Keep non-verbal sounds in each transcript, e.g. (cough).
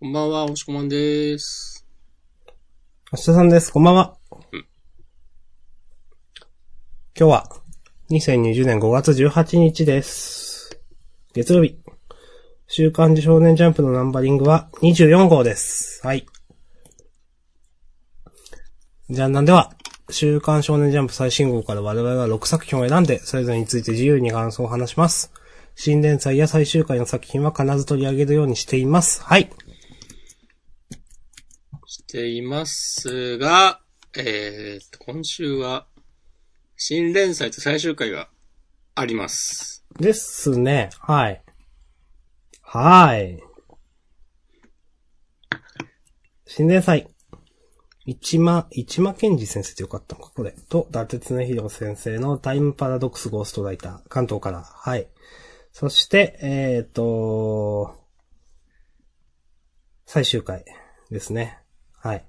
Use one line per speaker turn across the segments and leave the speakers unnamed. こんばんは、おしこまんでーす。
おしさんです。こんばんは。今日は、2020年5月18日です。月曜日。週刊誌少年ジャンプのナンバリングは24号です。はい。ジャンダンでは、週刊少年ジャンプ最新号から我々が6作品を選んで、それぞれについて自由に感想を話します。新連載や最終回の作品は必ず取り上げるようにしています。はい。
していますが、えーっと、今週は、新連載と最終回があります。
ですね。はい。はい。新年祭。一間、一間健二先生ってよかったのか、これ。と、伊達恒弘先生のタイムパラドックスゴーストライター、関東から。はい。そして、えっ、と、最終回ですね。はい。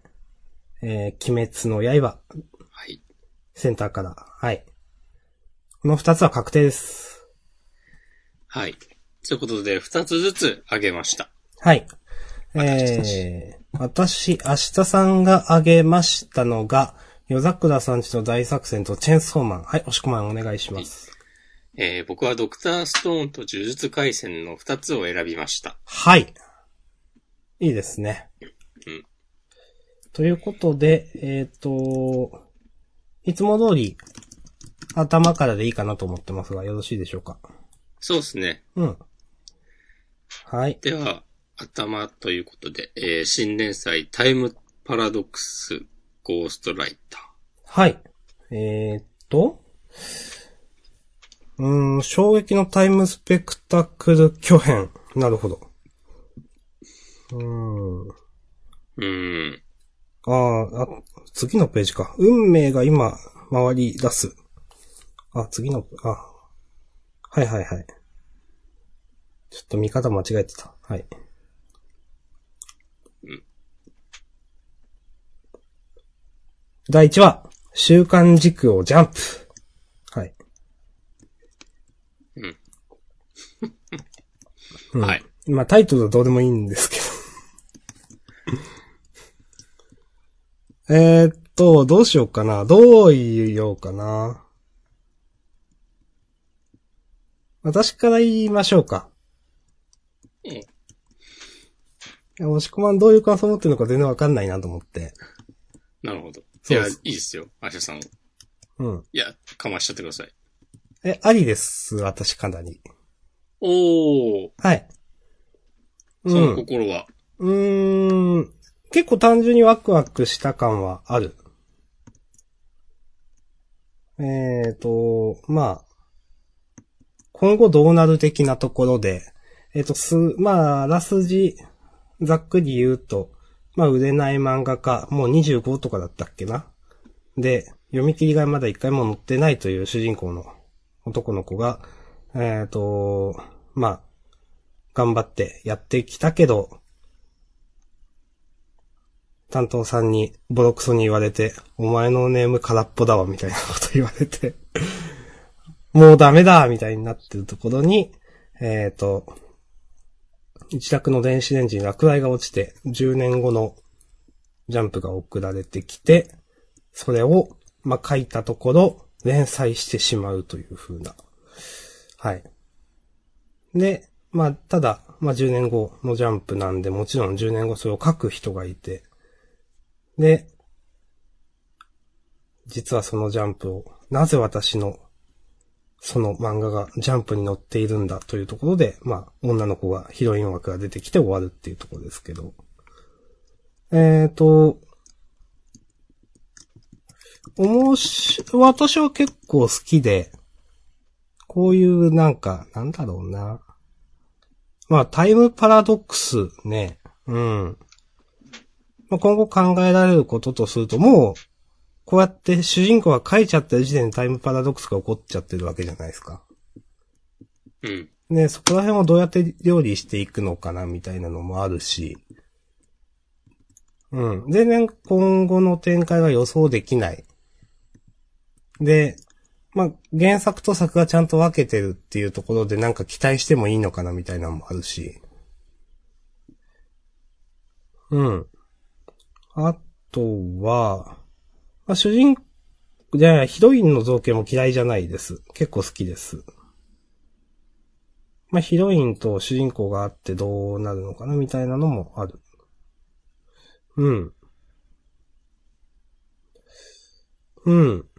えー、鬼滅の刃、
はい。
センターから。はい。この二つは確定です。
はい。ということで、二つずつあげました。
はい。えー、私、明日さんが挙げましたのが、夜桜さんちの大作戦とチェンソーマン。はい、押し込まんお願いします。
えー僕はドクターストーンと呪術回戦の二つを選びました。
はい。いいですね。
うん
ということで、えっ、と、いつも通り、頭からでいいかなと思ってますが、よろしいでしょうか。
そうですね。
うん。はい。
では、頭ということで、えー新連載タイムパラドックスゴーストライター。
はい。えー、っと。うーん、衝撃のタイムスペクタクル巨編。なるほど。うーん。
うーん。
あーあ、次のページか。運命が今、回り出す。あ、次の、あ。はいはいはい。ちょっと見方間違えてた。はい。第1話、週刊時空をジャンプ。はい。うん
はい。
まあタイトルはどう (laughs) でもいいんですけど。えーっと、どうしようかな。どう言おうかな。私から言いましょうか。
えー
いや、押し込まんどういう感想を持ってるのか全然わかんないなと思って。
なるほど。い
そう
や、
で
い
す
いですよ。アシャさん。い
うん。
や、かましちゃってください。
え、ありです。私かなり。
おー。
はい。う
その
ん。
心は。
うーん。結構単純にワクワクした感はある。えーと、まあ、今後どうなる的なところで、えっ、と、す、まあ、あらすじ、ざっくり言うと、まあ、売れない漫画家、もう25とかだったっけな。で、読み切りがまだ一回も載ってないという主人公の男の子が、えっ、と、まあ、頑張ってやってきたけど、担当さんにボロクソに言われて、お前のネーム空っぽだわ、みたいなこと言われて、 (laughs) もうダメだ、みたいになってるところに、えっ、と、一宅の電子レンジに落雷が落ちて、10年後のジャンプが送られてきて、それを、まあ、書いたところ、連載してしまうという風な。はい。で、まあ、ただ、まあ、10年後のジャンプなんで、もちろん10年後それを書く人がいて、で、実はそのジャンプを、なぜ私の、その漫画がジャンプに載っているんだというところで、まあ、女の子が、ヒロイン枠が出てきて終わるっていうところですけど。えーと、おもし、私は結構好きで、こういうなんか、なんだろうな。まあ、タイムパラドックスね。うん。まあ、今後考えられることとすると、もう、こうやって主人公が書いちゃってる時点でタイムパラドックスが起こっちゃってるわけじゃないですか。
うん。
ね、そこら辺をどうやって料理していくのかなみたいなのもあるし、うん。全然今後の展開が予想できない。で、まあ、原作と作がちゃんと分けてるっていうところでなんか期待してもいいのかなみたいなのもあるし、うん。あとは、まあ、主人、じゃあヒロインの造形も嫌いじゃないです。結構好きです。まあ、ヒロインと主人公があってどうなるのかなみたいなのもある。うん。うん。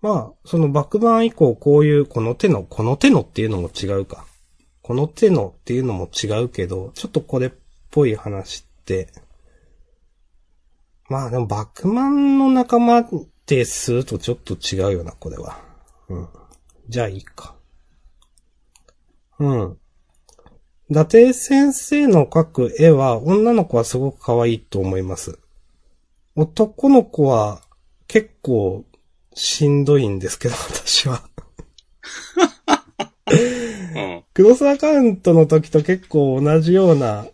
まあ、その爆版以降こういうこの手の、この手のっていうのも違うか。この手のっていうのも違うけど、ちょっとこれっぽい話って、まあでも、バクマンの仲間ってするとちょっと違うよな、これは。うん。じゃあいいか。うん。伊達先生の描く絵は、女の子はすごく可愛いと思います。男の子は結構しんどいんですけど、 (laughs) 私は。
うん。
クロスアカウントの時と結構同じような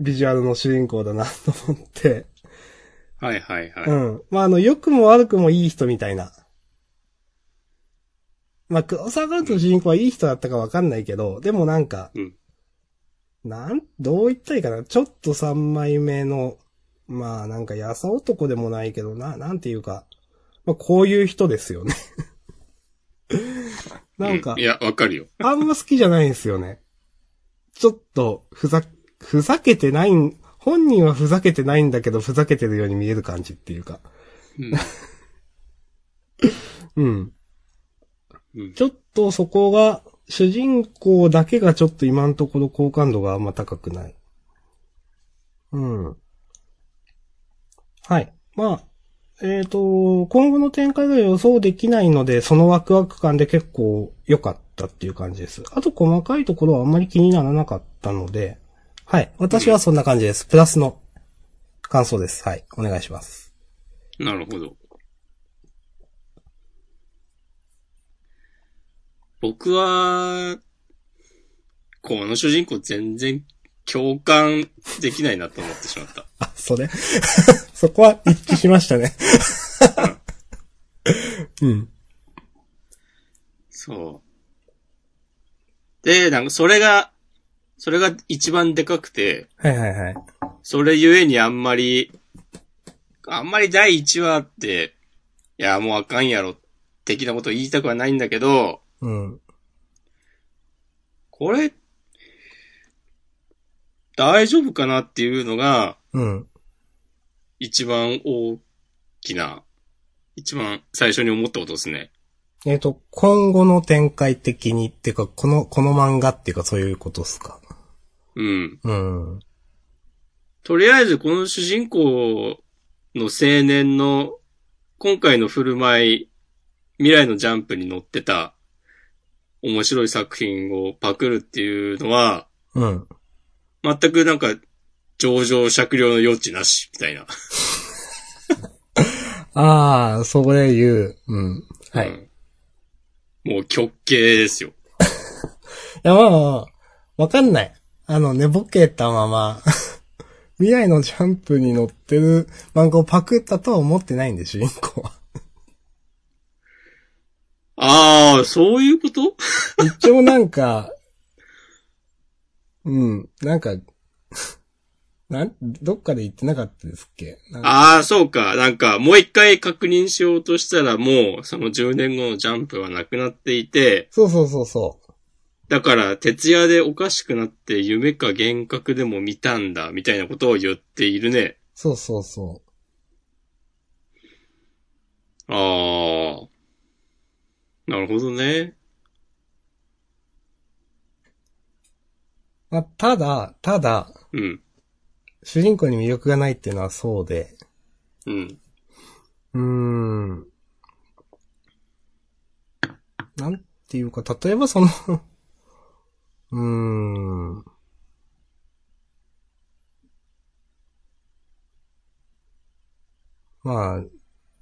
ビジュアルの主人公だなと思って。
はいはいはい。
うん。まあ、あの、良くも悪くもいい人みたいな。まあ、クロスアカウントの主人公はいい人だったかわかんないけど、でもなんか、
うん
なん、どう言ったらいいかな。ちょっと三枚目の、まあ、なんか、やさ男でもないけどな、なんていうか、まあ、こういう人ですよね。 (laughs) なんか
うい、や、わかるよ。
あんま好きじゃないんですよね。ちょっと、ふざ、ふざけてないん、本人はふざけてないんだけど、ふざけてるように見える感じっていうか。
うん。
うん。
うん (laughs)
ちょっとそこが、主人公だけがちょっと今のところ好感度があんま高くない。うん。はい。まあ、えっ、と、今後の展開が予想できないので、そのワクワク感で結構良かったっていう感じです。あと細かいところはあんまり気にならなかったので、はい。私はそんな感じです。プラスの感想です。はい。お願いします。
なるほど。僕は、この主人公全然共感できないなと思ってしまった。
あ、それ (laughs) そこは一致しましたね。うん。
そう。で、なんかそれが、それが一番でかくて、
はいはいはい。
それゆえにあんまり、あんまり第1話って、いや、もうあかんやろ、的なこと言いたくはないんだけど、
うん。
これ、大丈夫かなっていうのが、
うん。
一番大きな、一番最初に思ったことですね。
えっ、と、今後の展開的にっていうか、この、この漫画っていうかそういうことっすか。
うん。
うん。
とりあえず、この主人公の青年の、今回の振る舞い、未来のジャンプに載ってた、面白い作品をパクるっていうのは、
うん。
全くなんか、上場酌量の余地なし、みたいな。
ああ、そこで言う。うん。はい。
う
い
んもう極刑ですよ。
や、まあまあまあ、わかんない。あの、寝ぼけたまま、未来のジャンプに載ってる漫画をパクったとは思ってないんで、主人公は。
ああ、そういうこと
一応なんか、うん、なんか、なん、どっかで言ってなかったですっけなんか
ああ、そうか。なんか、もう一回確認しようとしたら、もう、その10年後のジャンプはなくなっていて、
そうそうそうそ
だから、徹夜でおかしくなって、夢か幻覚でも見たんだ、みたいなことを言っているね。
う。そうそうそ
ああ。なるほどね。
う。まあ、ただ、ただ、
うん。
主人公に魅力がないっていうのはそうで、
うん。
うーん。なんていうか、例えばその、 (laughs) うーん。まあ、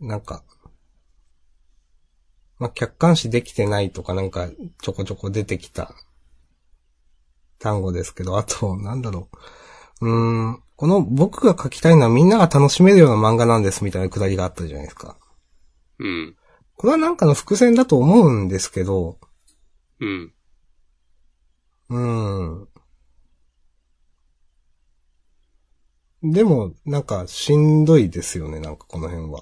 なんか、まあ客観視できてないとかなんかちょこちょこ出てきた単語ですけど、あと、なんだろう。うーん、この僕が書きたいのはみんなが楽しめるような漫画なんですみたいなくだりがあったじゃないですか。
うん。
これはなんかの伏線だと思うんですけど、
うん。
うーん。でも、なんか、しんどいですよね、なんかこの辺は。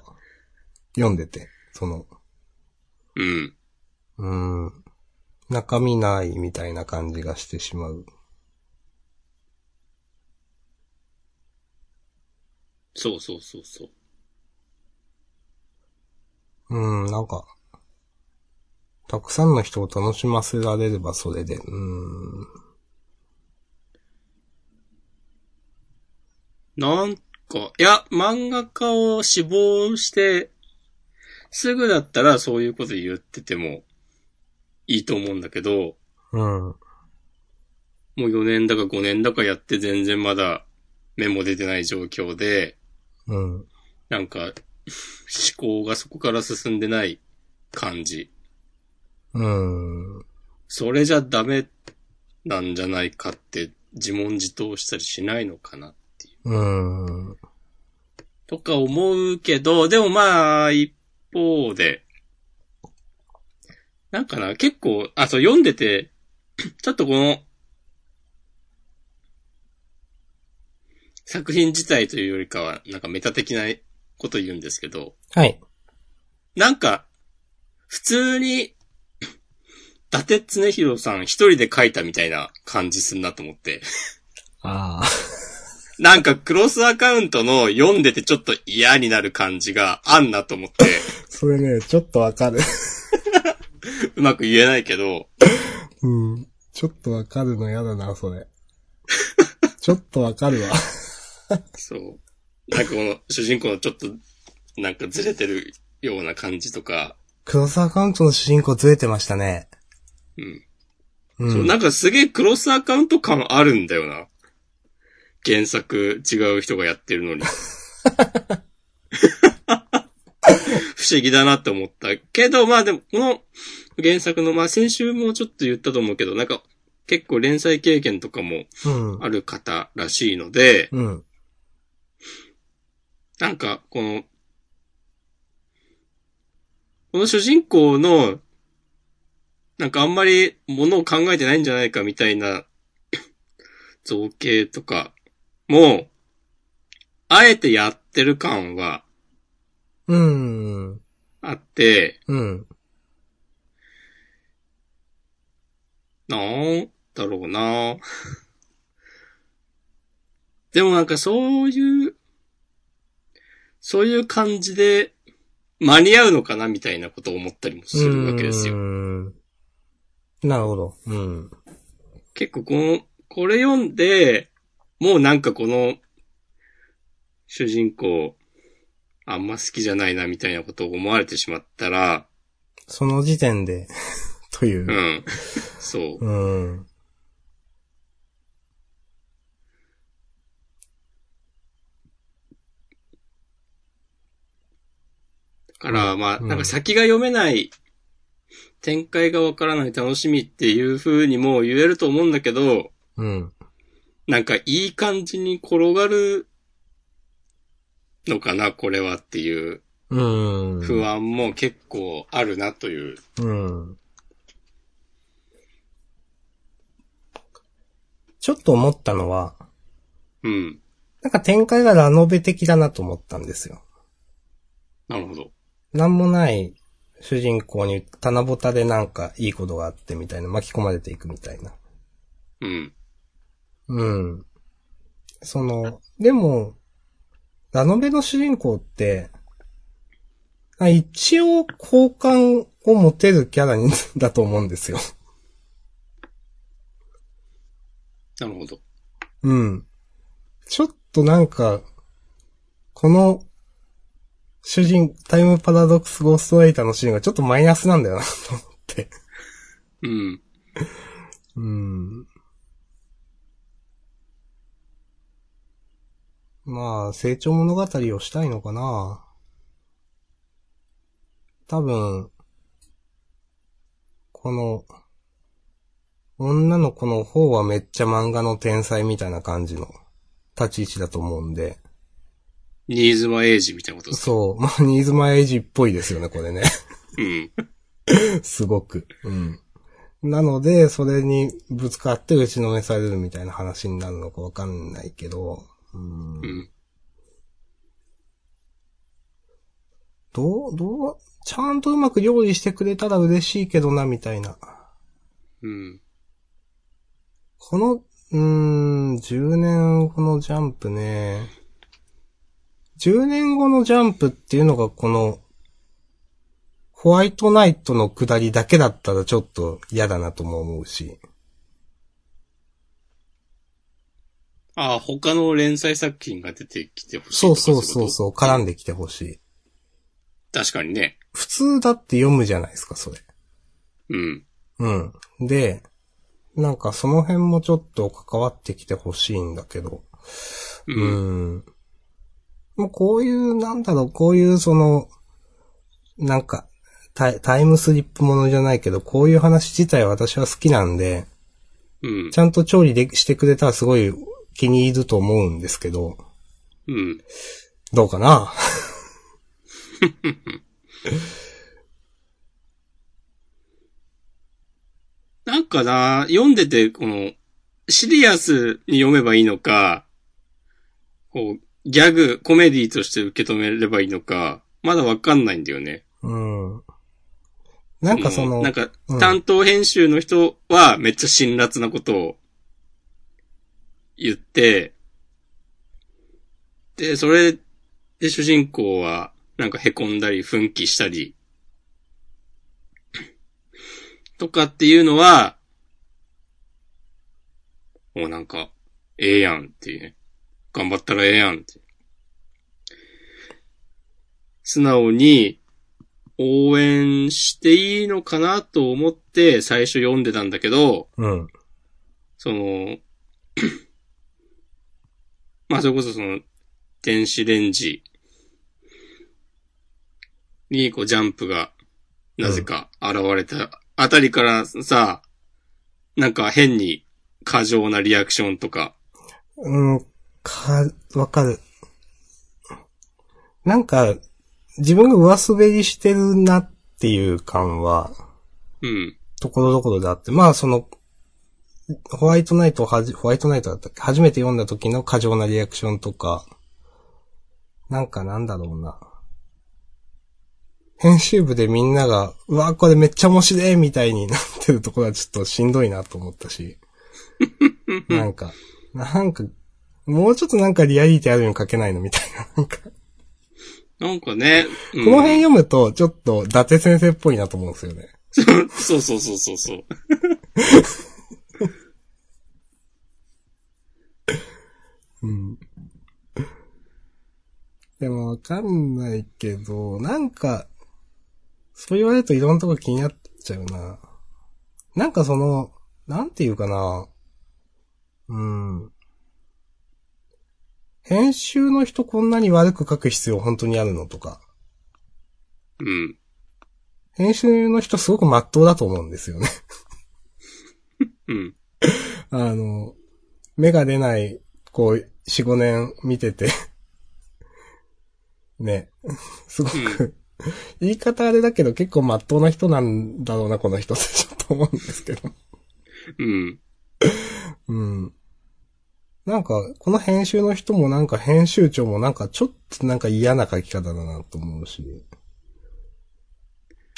読んでて、その、
うん。
うーん、中身ないみたいな感じがしてしまう。
そうそうそうそう。
うん、なんか、たくさんの人を楽しませられればそれで、うん、
なんか、いや、漫画家を志望して、すぐだったらそういうこと言っててもいいと思うんだけど、
うん、
もう4年だか5年だかやって全然まだ目も出てない状況で、
うん、
なんか、思考がそこから進んでない感じ。
うん、
それじゃダメなんじゃないかって自問自答したりしないのかなっていう。
うん、
とか思うけど、でもまあ、一方で、なんかな、結構、あ、そう、読んでて、 (clears throat) ちょっとこの、作品自体というよりかは、なんかメタ的なこと言うんですけど、
はい。
なんか、普通に、伊達常弘さん一人で書いたみたいな感じすんなと思って。
あ
なんかクロスアカウントの読んでてちょっと嫌になる感じがあんなと思って、
あ、 (laughs) それね、ちょっとわかる。
うまく言えないけど、
うん、ちょっとわかるのやだな、それ。 (laughs) ちょっとわかるわ。
そう。なんかこの主人公のちょっと、なんかずれてるような感じとか、
クロスアカウントの主人公ずれてましたね。
うん。
う。
そうんなんかすげえクロスアカウント感あるんだよな。原作違う人がやってるのに。不思議だなって思ったけど、まあでも、この原作の、まあ先週もちょっと言ったと思うけど、なんか結構連載経験とかも
うん。
ある方らしいので、
うん。
なんか、この、この主人公の、なんかあんまりものを考えてないんじゃないかみたいな (coughs) 造形とかも、あえてやってる感は
うん。
あって、
うん。
なんだろうな (laughs) でもなんかそういう、そういう感じで間に合うのかなみたいなことを思ったりもするわけですよ
う。んなるほど。うん。
結構この、これ読んで、もうなんかこの、主人公、あんま好きじゃないなみたいなことを思われてしまったら、
その時点で、 (laughs) というう。
ん。そう
う。ん。
だから、まあ、
うん
なんか先が読めない、展開がわからない楽しみっていう風にも言えると思うんだけど、
うん。
なんかいい感じに転がるのかな、これはっていう
うん。
不安も結構あるなという。
うん。ちょっと思ったのは、
うん。
なんか展開がラノベ的だなと思ったんですよ。
なるほど。
なんもない主人公に棚ぼたでなんかいいことがあってみたいな、巻き込まれていくみたいな。
うん。
うん。その、でも、ラノベの主人公って、あ一応好感を持てるキャラにだと思うんですよ。
なるほど。
うん。ちょっとなんか、この、主人、タイムパラドックスゴーストライターのシーンがちょっとマイナスなんだよなと思って。
うん。
うん。まあ、成長物語をしたいのかな多分、この、女の子の方はめっちゃ漫画の天才みたいな感じの立ち位置だと思うんで。
新妻エイジみたいなことですか
そう。まあ、新妻エイジっぽいですよね、これね。
うん。
すごく。うん。なので、それにぶつかって打ちのめされるみたいな話になるのかわかんないけど、う。
うんん。
どう、どう、ちゃんとうまく料理してくれたら嬉しいけどな、みたいな。
うん。
この、うーん、10年後のジャンプね。10年後のジャンプっていうのがこの、ホワイトナイトの下りだけだったらちょっと嫌だなとも思うし。
ああ、他の連載作品が出てきてほしい
そう
とか。
そうそう
うい
そう、
こと。
絡んできてほしい。
確かにね。
普通だって読むじゃないですか、それ。
うん。
うん。で、なんかその辺もちょっと関わってきてほしいんだけど。
う。
うんん。もうこういう、なんだろう、こういうその、なんかタイ、タイムスリップものじゃないけど、こういう話自体私は好きなんで、
うん
ち。ゃんと調理でしてくれたらすごい気に入ると思うんですけど、
うん。
どうかな
なんかな、読んでて、この、シリアスに読めばいいのか、こう、ギャグ、コメディとして受け止めればいいのか、まだわかんないんだよね。
うん。なんかそ
も
の、
うなんか
う、ん
担当編集の人はめっちゃ辛辣なことを言って、で、それで主人公は、なんか凹んだり、奮起したり、とかっていうのは、もうなんか、ええやんっていうね。頑張ったらええやんって。素直に、応援していいのかなと思って最初読んでたんだけど、
うん。
その、 (coughs) まあそれこそその、電子レンジにこうジャンプがなぜか現れたあたりからさ、なんか変に過剰なリアクションとか、
うん、か、わかる。なんか、自分が上滑りしてるなっていう感は、
うん、
ところどころであって、まあその、ホワイトナイトをはじ、ホワイトナイトだったっけ初めて読んだ時の過剰なリアクションとか、なんかなんだろうな。編集部でみんなが、うわ、これめっちゃ面白いみたいになってるところはちょっとしんどいなと思っ
(laughs)
たし。なんか、なんか、もうちょっとなんかリアリティあるように書けないのみたいな。なんか、こ
なんかね、うん
の辺読むとちょっと伊達先生っぽいなと思うんですよね。
(laughs) そうそうそうそうそう。
うん。でもわかんないけど、なんか、そう言われるといろんなとこ気になっちゃうな。なんかその、なんていうかな。うん。編集の人こんなに悪く書く必要本当にあるのとか。
うん。
編集の人すごく真っ当だと思うんですよね。
うん。
あの、目が出ない、こう、4、5年見て (laughs) て、ね、 (laughs) すごく、言い方あれだけど結構真っ当な人なんだろうな、この人ってちょっと思うんですけど。
うん。
うん。なんか、この編集の人もなんか編集長もなんかちょっとなんか嫌な書き方だなと思うし。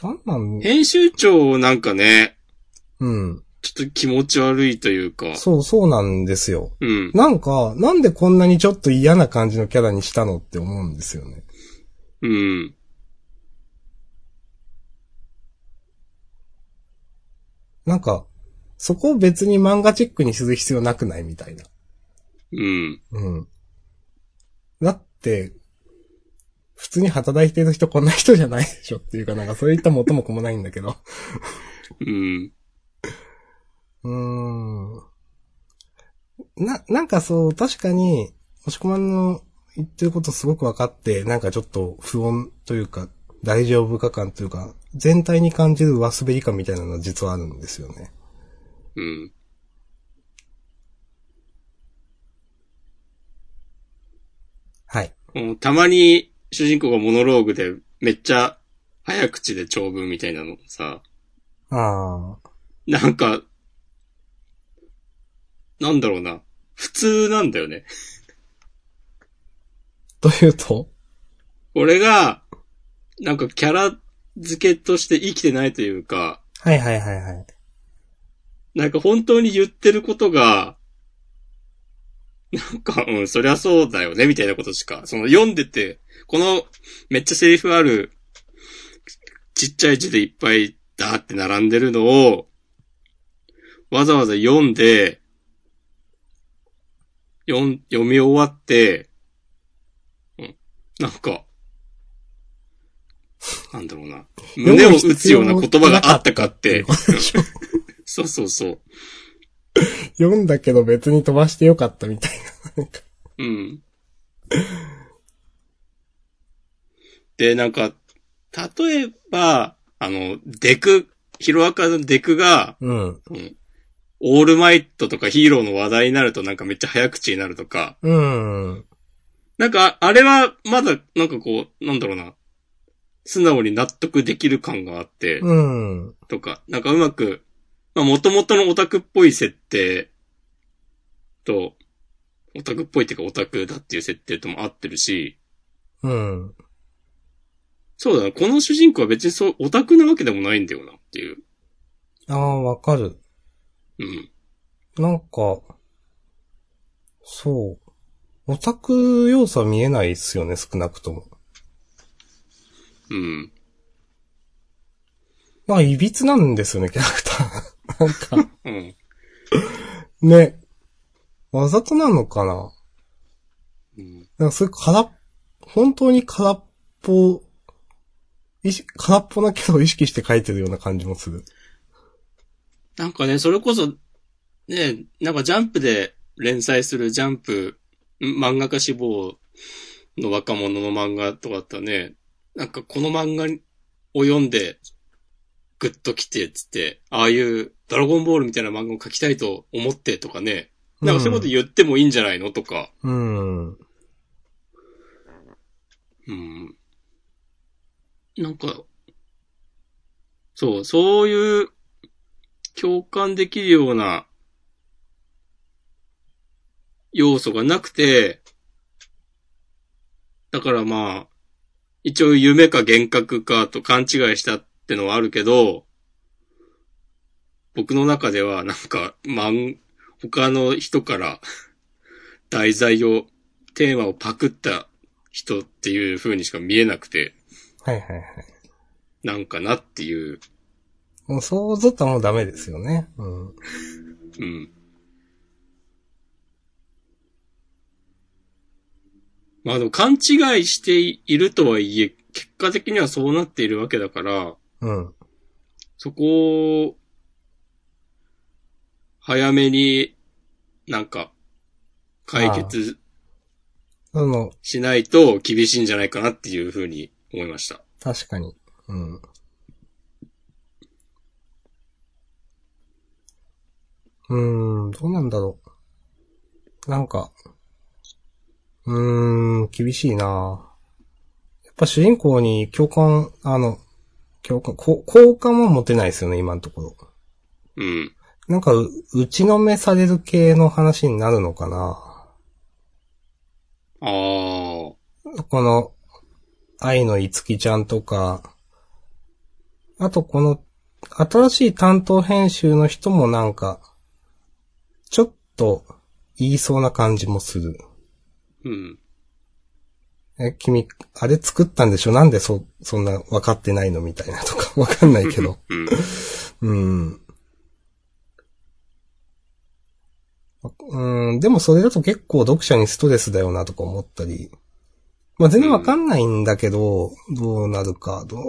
なんなん
編集長なんかね、
うん。
ちょっと気持ち悪いというか、
そう、そうなんですよ。
うん。
なんか、なんでこんなにちょっと嫌な感じのキャラにしたのって思うんですよね。
うん。
なんか、そこを別に漫画チックにする必要なくないみたいな。
うん。
うん。だって、普通に働いてる人こんな人じゃないでしょっていうかなんかそういった元も子もないんだけど。 (laughs)
うん。
うーん。な、なんかそう、確かに、押し込まんの言ってることすごく分かって、なんかちょっと不穏というか、大丈夫か感というか、全体に感じる上滑り感みたいなのは実はあるんですよね。
うん。
はい。
もうたまに主人公がモノローグでめっちゃ早口で長文みたいなのさ、
ああ。
なんか、なんだろうな。普通なんだよね。
というと
俺が、なんかキャラ付けとして生きてないというか、
はいはいはいはい。
なんか本当に言ってることが、なんか、うん、そりゃそうだよね、みたいなことしか。その読んでて、このめっちゃセリフある、ちっちゃい字でいっぱいだーって並んでるのを、わざわざ読んで、読ん、読み終わって、うん、なんか、なんだろうな。胸を打つような言葉があったかって、そうそうそう。
(laughs) 読んだけど別に飛ばしてよかったみたいな。なんか
うん。で、なんか、例えば、あの、デク、ヒロアカのデクが、
うん。
うんオールマイトとかヒーローの話題になるとなんかめっちゃ早口になるとか、
うん。
なんか、あれはまだ、なんかこう、なんだろうな、素直に納得できる感があって、
うん。
とか、なんかうまく、まあ元々のオタクっぽい設定と、オタクっぽいっていうかオタクだっていう設定とも合ってるし、
うん。
そうだな、この主人公は別にそう、オタクなわけでもないんだよなっていう。
ああ、わかる。
うん。
なんか、そう。オタク要素は見えないっすよね、少なくとも。
うん。
まあ、いびつなんですよね、キャラクター。なんか、
うん。
(laughs) ね。わざとなのかな
うん。
なんかそういう空っ、本当に空っぽ、意識空っぽなキャラを意識して描いてるような感じもする。
なんかね、それこそ、ね、なんかジャンプで連載するジャンプ、ん漫画家志望の若者の漫画とかだったらね、なんかこの漫画を読んで、グッと来て、つって、ああいうドラゴンボールみたいな漫画を描きたいと思ってとかね、なんかそういうこと言ってもいいんじゃないのとか。
うん。
うん。なんか、そう、そういう共感できるような要素がなくて、だからまあ、一応夢か幻覚かと勘違いしたってのはあるけど、僕の中ではなんか、まん、他の人から題材を、テーマをパクった人っていう風にしか見えなくて、
はいはいはい。
なんかなっていう、
もう想像とはもうダメですよね。うん。
うん。まあでも勘違いしているとはいえ、結果的にはそうなっているわけだから、
うん。
そこを、早めになんか、解決
あの、
しないと厳しいんじゃないかなっていう風に思いました。
確かに。うん。うーん、どうなんだろう。なんか、うーん、厳しいなやっぱ主人公に共感、あの、共感、こ好感は持てないですよね、今のところ。
うん。
なんかう、打ちのめされる系の話になるのかな
ああ。
この、愛のいつきちゃんとか、あとこの、新しい担当編集の人もなんか、ちょっと、言いそうな感じもする。
うん。
え、君、あれ作ったんでしょなんでそ、そんな分かってないのみたいなとか、 (laughs) わかんないけど。
うん。
うん。うん、でもそれだと結構読者にストレスだよなとか思ったり。まあ、全然わかんないんだけど、どうなるか、どう、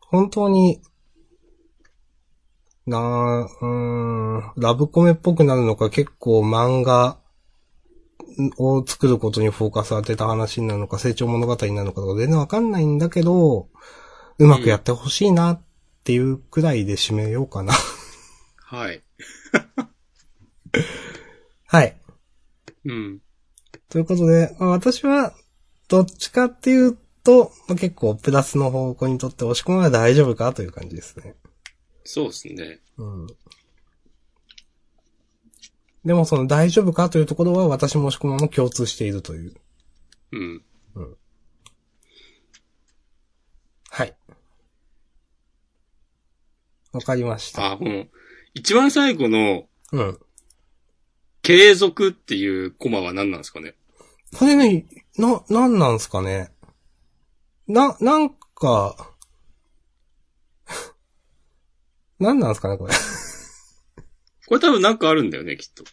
本当に、なあ、うーん、ラブコメっぽくなるのか結構漫画を作ることにフォーカス当てた話になるのか成長物語になるのかとか全然わかんないんだけど、うまくやってほしいなっていうくらいで締めようかな。 (laughs)
はい。
はい。
うん。
ということで、まあ私は、どっちかっていうと、まあ結構プラスの方向にとって押し込めば大丈夫かという感じですね。
そうですね。
うん。でもその大丈夫かというところは私も押し込まも共通しているという。
うん。
わかりました。
あ、この、一番最後の、
うん。
継続っていうコマは何なんですかね
これね、な、なんなんすかね。な、なんか、 (laughs) なんなんすかね、これ。
これ多分なんかあるんだよね、きっと。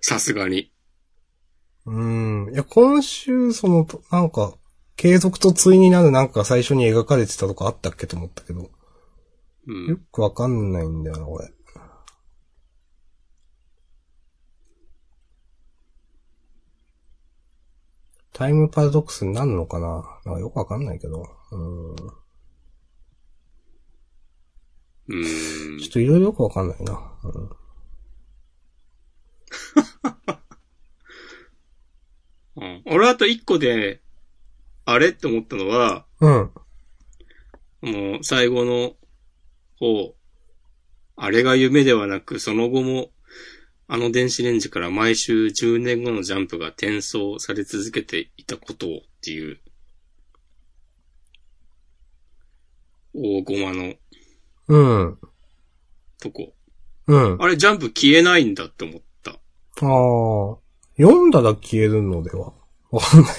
さすがに。
うん。いや、今週、その、となんか、継続と対になるなんか最初に描かれてたとかあったっけと思ったけど、
う
よ
ん。
くわかんないんだよな、これ。タイムパラドックスになるのかななんかよくわかんないけど。うん。
うーん
ちょっ。といろいろよくわかんないな。うん。
うん、俺あと一個で、あれって思ったのは、
うん。
もう最後の方、あれが夢ではなく、その後も、あの電子レンジから毎週10年後のジャンプが転送され続けていたことをっていう、大駒の
うん。
とこ。
うん。あ
あれ、ジャンプ消えないんだって思った。
あー。読んだら消えるのではわかんない。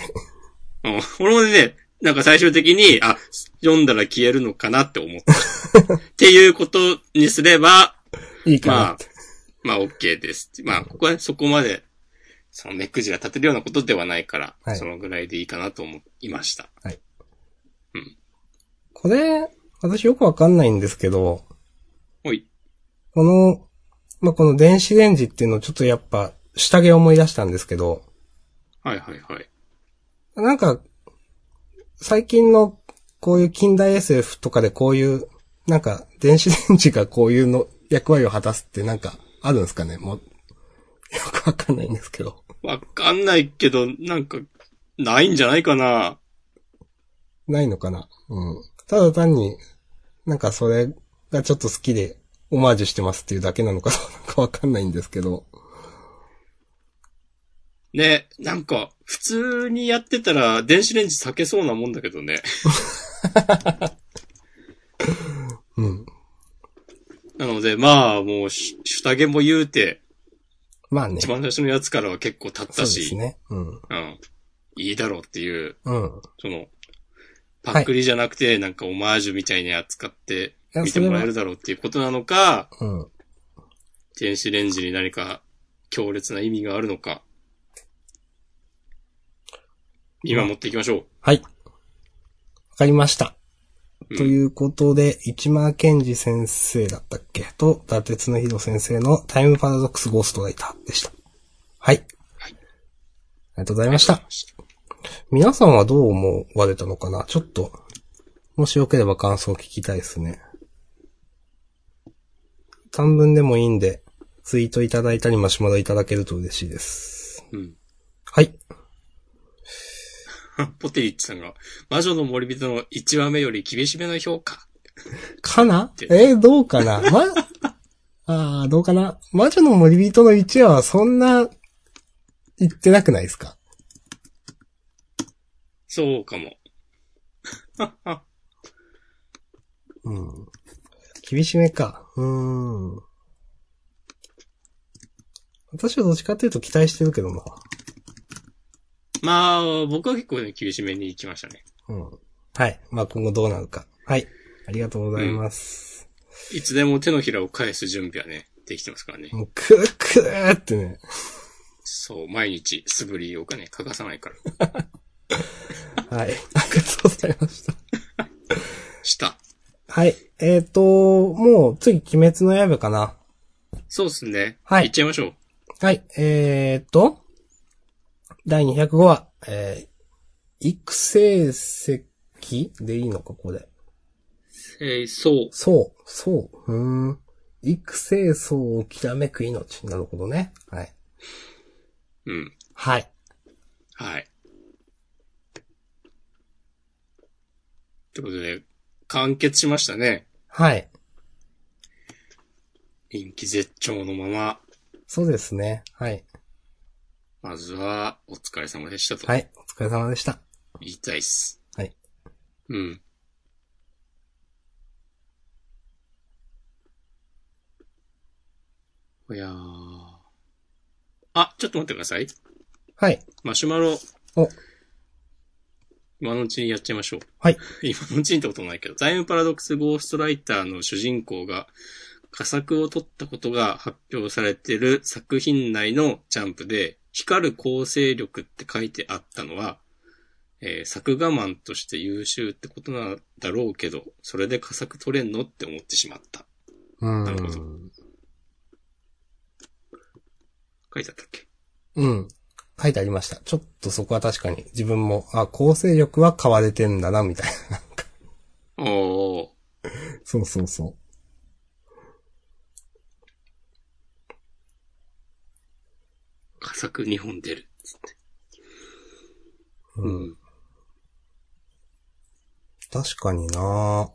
うん、俺もね、なんか最終的に、あ、読んだら消えるのかなって思った。っていうことにすれば、
いいかな
ま
っ
あ
て。、
まあ OK です。まあ、ここはそこまで、その目くじが立てるようなことではないから、
はい
そのぐらいでいいかなと思いました。
これ、私よくわかんないんですけど、
ほい。
この、まあ、この電子レンジっていうのをちょっとやっぱ、下着思い出したんですけど、
はいはいはい。
なんか、最近のこういう近代 SF とかでこういう、なんか電子レンジがこういうの役割を果たすってなんかあるんですかねもう、よくわかんないんですけど。
わかんないけど、なんか、ないんじゃないかな。
ないのかなうん。ただ単に、なんかそれがちょっと好きで、オマージュしてますっていうだけなのかど (laughs) うなのかわかんないんですけど。
ね、なんか、普通にやってたら、電子レンジ避けそうなもんだけどね。 (laughs)
うん。
なので、まあ、もうし、主タゲも言うて、
まあね。
一番最初のやつからは結構経っ
そう
た
で
し、
すね。うん。
うん。いいだろうっていう、
うん。
その、パックリじゃなくて、なんかオマージュみたいに扱って、
いや
見てもらえるだろうっていうことなのか、
うん。
電子レンジに何か強烈な意味があるのか、今持っていきましょう。
はい。わかりました。
うん
ということで、市間健治先生だったっけと、伊達恒弘先生のタイムパラドックスゴーストライターでした。はい。
はい
ありがとうございました。皆さんはどう思われたのかなちょっと、もしよければ感想を聞きたいですね。短文でもいいんで、ツイートいただいたりマシュマロいただけると嬉しいです。
うん。
はい。
(laughs) ポテリッチさんが、魔女の森人の1話目より厳しめの評価。
かな
て
えーどうかな (laughs) ま、ああ、どうかな魔女の森人の一夜はそんな、言ってなくないですか
そうかも。
うん。厳しめか。うーん。私はどっちかというと期待してるけどな。
まあ、僕は結構ね、厳しめに行きましたね。
うん。はい。まあ、今後どうなるか。はい。ありがとうございます。
いつでも手のひらを返す準備はね、できてますからね。
もう、くーくーってね。
そう、毎日素振りをかね、欠かさないから。
はい。 (laughs) ありがとうございました。
した。
はい。えっ、と、もう、次、鬼滅の刃かな。
そうっすね。
はい
行っちゃいましょう。
はい、えー、っと、第205話、えー、育成石でいいのか、これ。
えー、そう。
そう、そう、うーん。育成層をきらめく命。なるほどね。はい。
うん。
はい。
はい。ということで、完結しましたね。
はい。
人気絶頂のまま。
そうですね。はい。
まずは、お疲れ様でしたと。
はい。お疲れ様でした。
言いたいっす。
はい。
うん。いやーあ、ちょっと待ってください。
はい。
マシュマロ。
お
今のうちにやっちゃいましょう。
はい。
今のうちにってこともないけど、タイムパラドックスゴーストライターの主人公が、佳作を取ったことが発表されている作品内のジャンプで、光る構成力って書いてあったのは、えー作画マンとして優秀ってことなんだろうけど、それで佳作取れんのって思ってしまった。
う
なるほど
ん。
書いてあったっけ
うん。書いてありました。ちょっとそこは確かに自分も、あ、構成力は買われてんだな、みたいな。 (laughs)
おー。
そうそうそう。
佳作2本出る。
うん。確かにな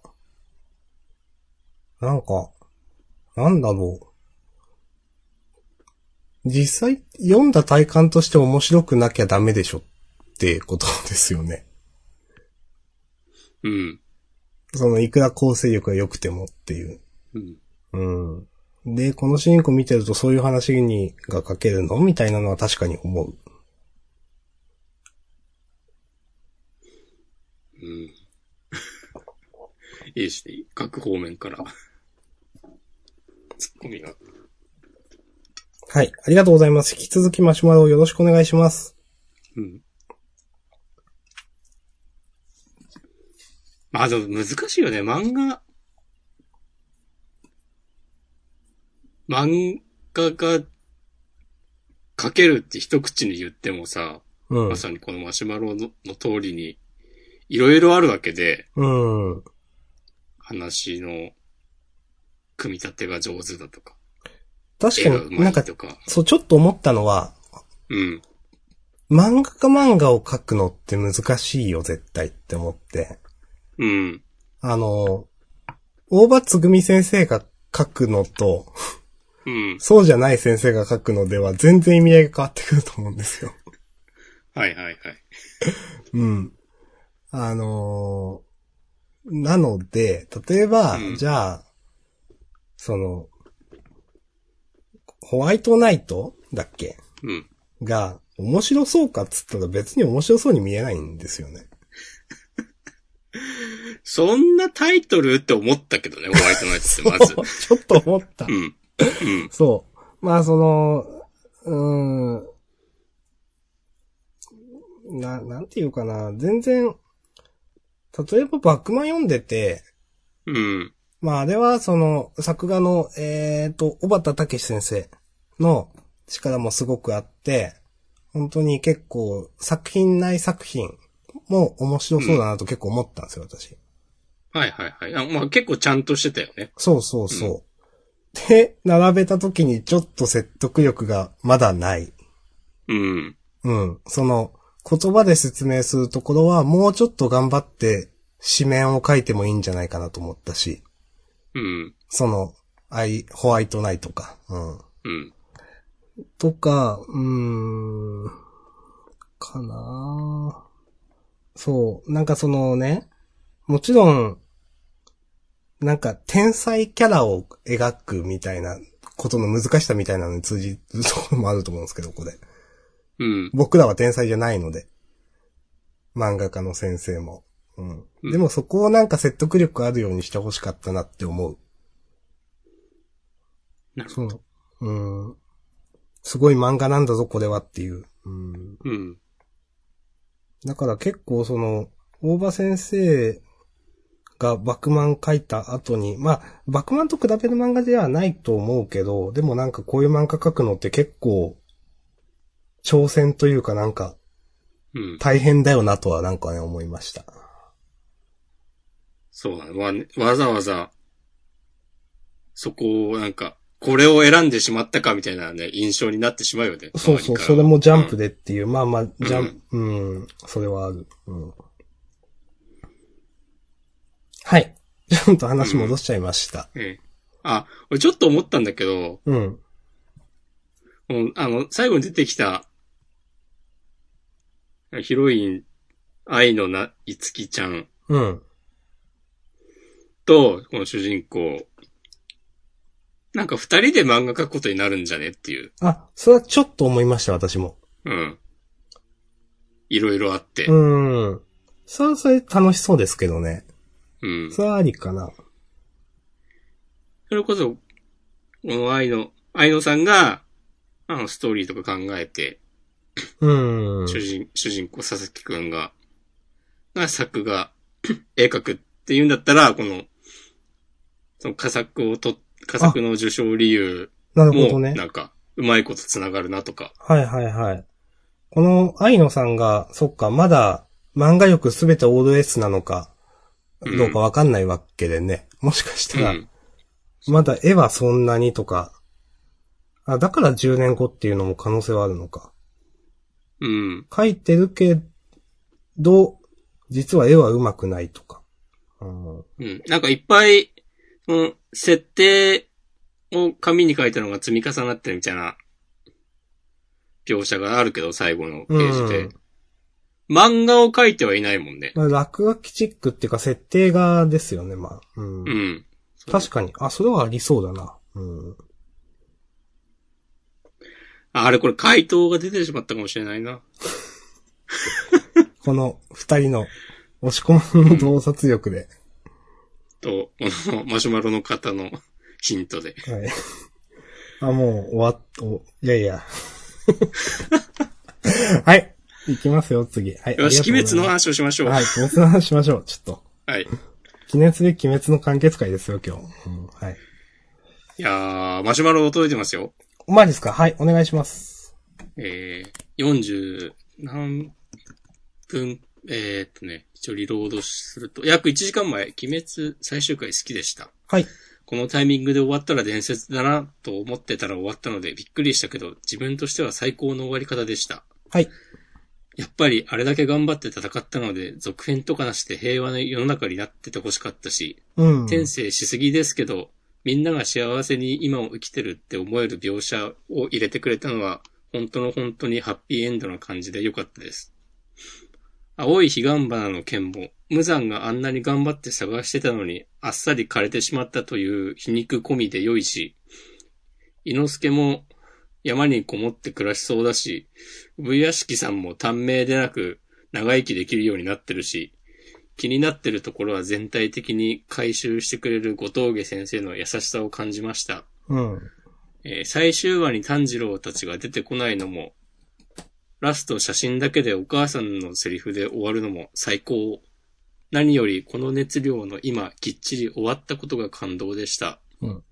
なんか、なんだろう。実際、読んだ体感として面白くなきゃダメでしょってことですよね。 (laughs)
うん。
その、いくら構成力が良くてもっていう。
うん。
うん。で、この主人公見てるとそういう話に、が書けるのみたいなのは確かに思う。
うん。いいですね。各方面から。ツッコミが。
はい。ありがとうございます。引き続きマシュマロをよろしくお願いします。
うん。まあでも難しいよね。漫画。漫画が書けるって一口に言ってもさ、
うん
ま。さにこのマシュマロのの通りに、いろいろあるわけで、
うん。
話の組み立てが上手だとか、
確
絵
か
が
に、
上
なん
手
か
い、とか。
そう、ちょっと思ったのは、
うん。
漫画か漫画を描くのって難しいよ、絶対って思って。
うん。
あの、大場つぐみ先生が描くのと、
うん。
そうじゃない先生が描くのでは全然意味合いが変わってくると思うんですよ。
はいはいはい。
うん。あのーなので、例えば、
うん
じゃあ、その、ホワイトナイトだっけ
うん。
が、面白そうかっつったら別に面白そうに見えないんですよね。。
そんなタイトルって思ったけどね、ホワイトナイトってまず
(laughs) ちょっと思った
う。ん。うん。
そう。まあ、その、うーん。な、なんていうかな。全然、例えばバックマン読んでて、
うん。
まあ、あれはその、作画の、えっ、と、小畑武先生の力もすごくあって、本当に結構、作品内作品も面白そうだなと結構思ったんですよ、私。
はいはいはい。あまあ結構ちゃんとしてたよね。
そうそうそう。で、並べた時にちょっと説得力がまだない。
うん。
うん。その、言葉で説明するところは、もうちょっと頑張って、紙面を書いてもいいんじゃないかなと思ったし、
うん。
その、アイ、ホワイトナイトか。うん。
うん。
とか、うーん、かなぁそう、なんかそのね、もちろん、なんか天才キャラを描くみたいなことの難しさみたいなのに通じるところもあると思うんですけど、ここで。
うん。
僕らは天才じゃないので。漫画家の先生も。うん。
うん
でもそこをなんか説得力あるようにしてほしかったなって思う。
なる
その、うん。すごい漫画なんだぞ、これはっていう。うん。
うん。
だから結構その、大場先生がバクマン書いた後に、まあ、バクマンと比べる漫画ではないと思うけど、でもなんかこういう漫画書くのって結構、挑戦というかなんか、
うん。
大変だよなとはなんかね、思いました。
そうだね。わねわざわざ、そこをなんか、これを選んでしまったかみたいなね、印象になってしまうよね。
そうそう、それもジャンプでっていう、まあまあ、ジャンプ、うん、それはある。うん。はい。 (laughs) ちょっと話戻しちゃいました。
うん。ええあ、俺ちょっと思ったんだけど、
うん。
もうあの、最後に出てきた、ヒロイン、愛のな、いつきちゃん
うん。
と、この主人公、なんか二人で漫画描くことになるんじゃねっていう。
あ、それはちょっと思いました、私も。
うん。いろいろあって。
うーん。それはそれで楽しそうですけどね。
うん。
それはありかな。
それこそ、この愛の、愛のさんが、あの、ストーリーとか考えて、
うーん。
主人、主人公佐々木くんが、が作画、 (clears throat) 絵描くっていうんだったら、この、その佳作をと、佳作の受賞理由
なるほ
も、
どね。
なんか、うまいこと繋がるなとか。
はいはいはい。この、愛野さんが、そっか、まだ、漫画力すべてオール S なのか、どうかわかんないわけでね。もしかした
う
ら、
ん。
まだ絵はそんなにとか、あ、だから10年後っていうのも可能性はあるのか。
うん。
書いてるけど、実は絵は上手くないとか。うん
うん。なんかいっぱい、その、設定を紙に書いたのが積み重なってるみたいな、描写があるけど、最後のページで。漫画を書いてはいないもんね。
まあ、落書きチックっていうか設定がですよね、まあ。う
う
ん
ん。
確かに。あ、それはありそうだな。うん。
ああれこれ回答が出てしまったかもしれないな。
この二人の押し込むの洞察力
(laughs)
で。
と、 (laughs) このマシュマロの方のヒントで。
はい。あ、もう終わっと、いやいや。 (laughs) はい。いきますよ、次。はい。
よし、
あり
鬼
が
滅
とう
の
ございま
話をしまし
す
ょう。は。
はいい、鬼滅の話しましょう、ちょっと。
い、
記念すべき鬼滅の完結会ですよ、今日。うん、はい。
やー、マシュマロ届いてますよ。
マジですかはい、お願いします。
えー、40何分、えー、っとね、一応リロードすると、約1時間前、鬼滅最終回好きでした。
はい。
このタイミングで終わったら伝説だなと思ってたら終わったのでびっくりしたけど、自分としては最高の終わり方でした。
はい。
やっぱりあれだけ頑張って戦ったので、続編とかなしで平和な世の中になっててほしかったし、
うん。
転生しすぎですけど、みんなが幸せに今を生きてるって思える描写を入れてくれたのは、本当の本当にハッピーエンドな感じで良かったです。青い彼岸花の剣も、無惨があんなに頑張って探してたのに、あっさり枯れてしまったという皮肉込みで良いし、伊之助も山にこもって暮らしそうだし、産屋敷さんも短命でなく長生きできるようになってるし、気になってるところは全体的に回収してくれる後藤家先生の優しさを感じました。
うん。
えー最終話に炭治郎たちが出てこないのも、ラスト写真だけでお母さんのセリフで終わるのも最高。何よりこの熱量の今、きっちり終わったことが感動でした。
うん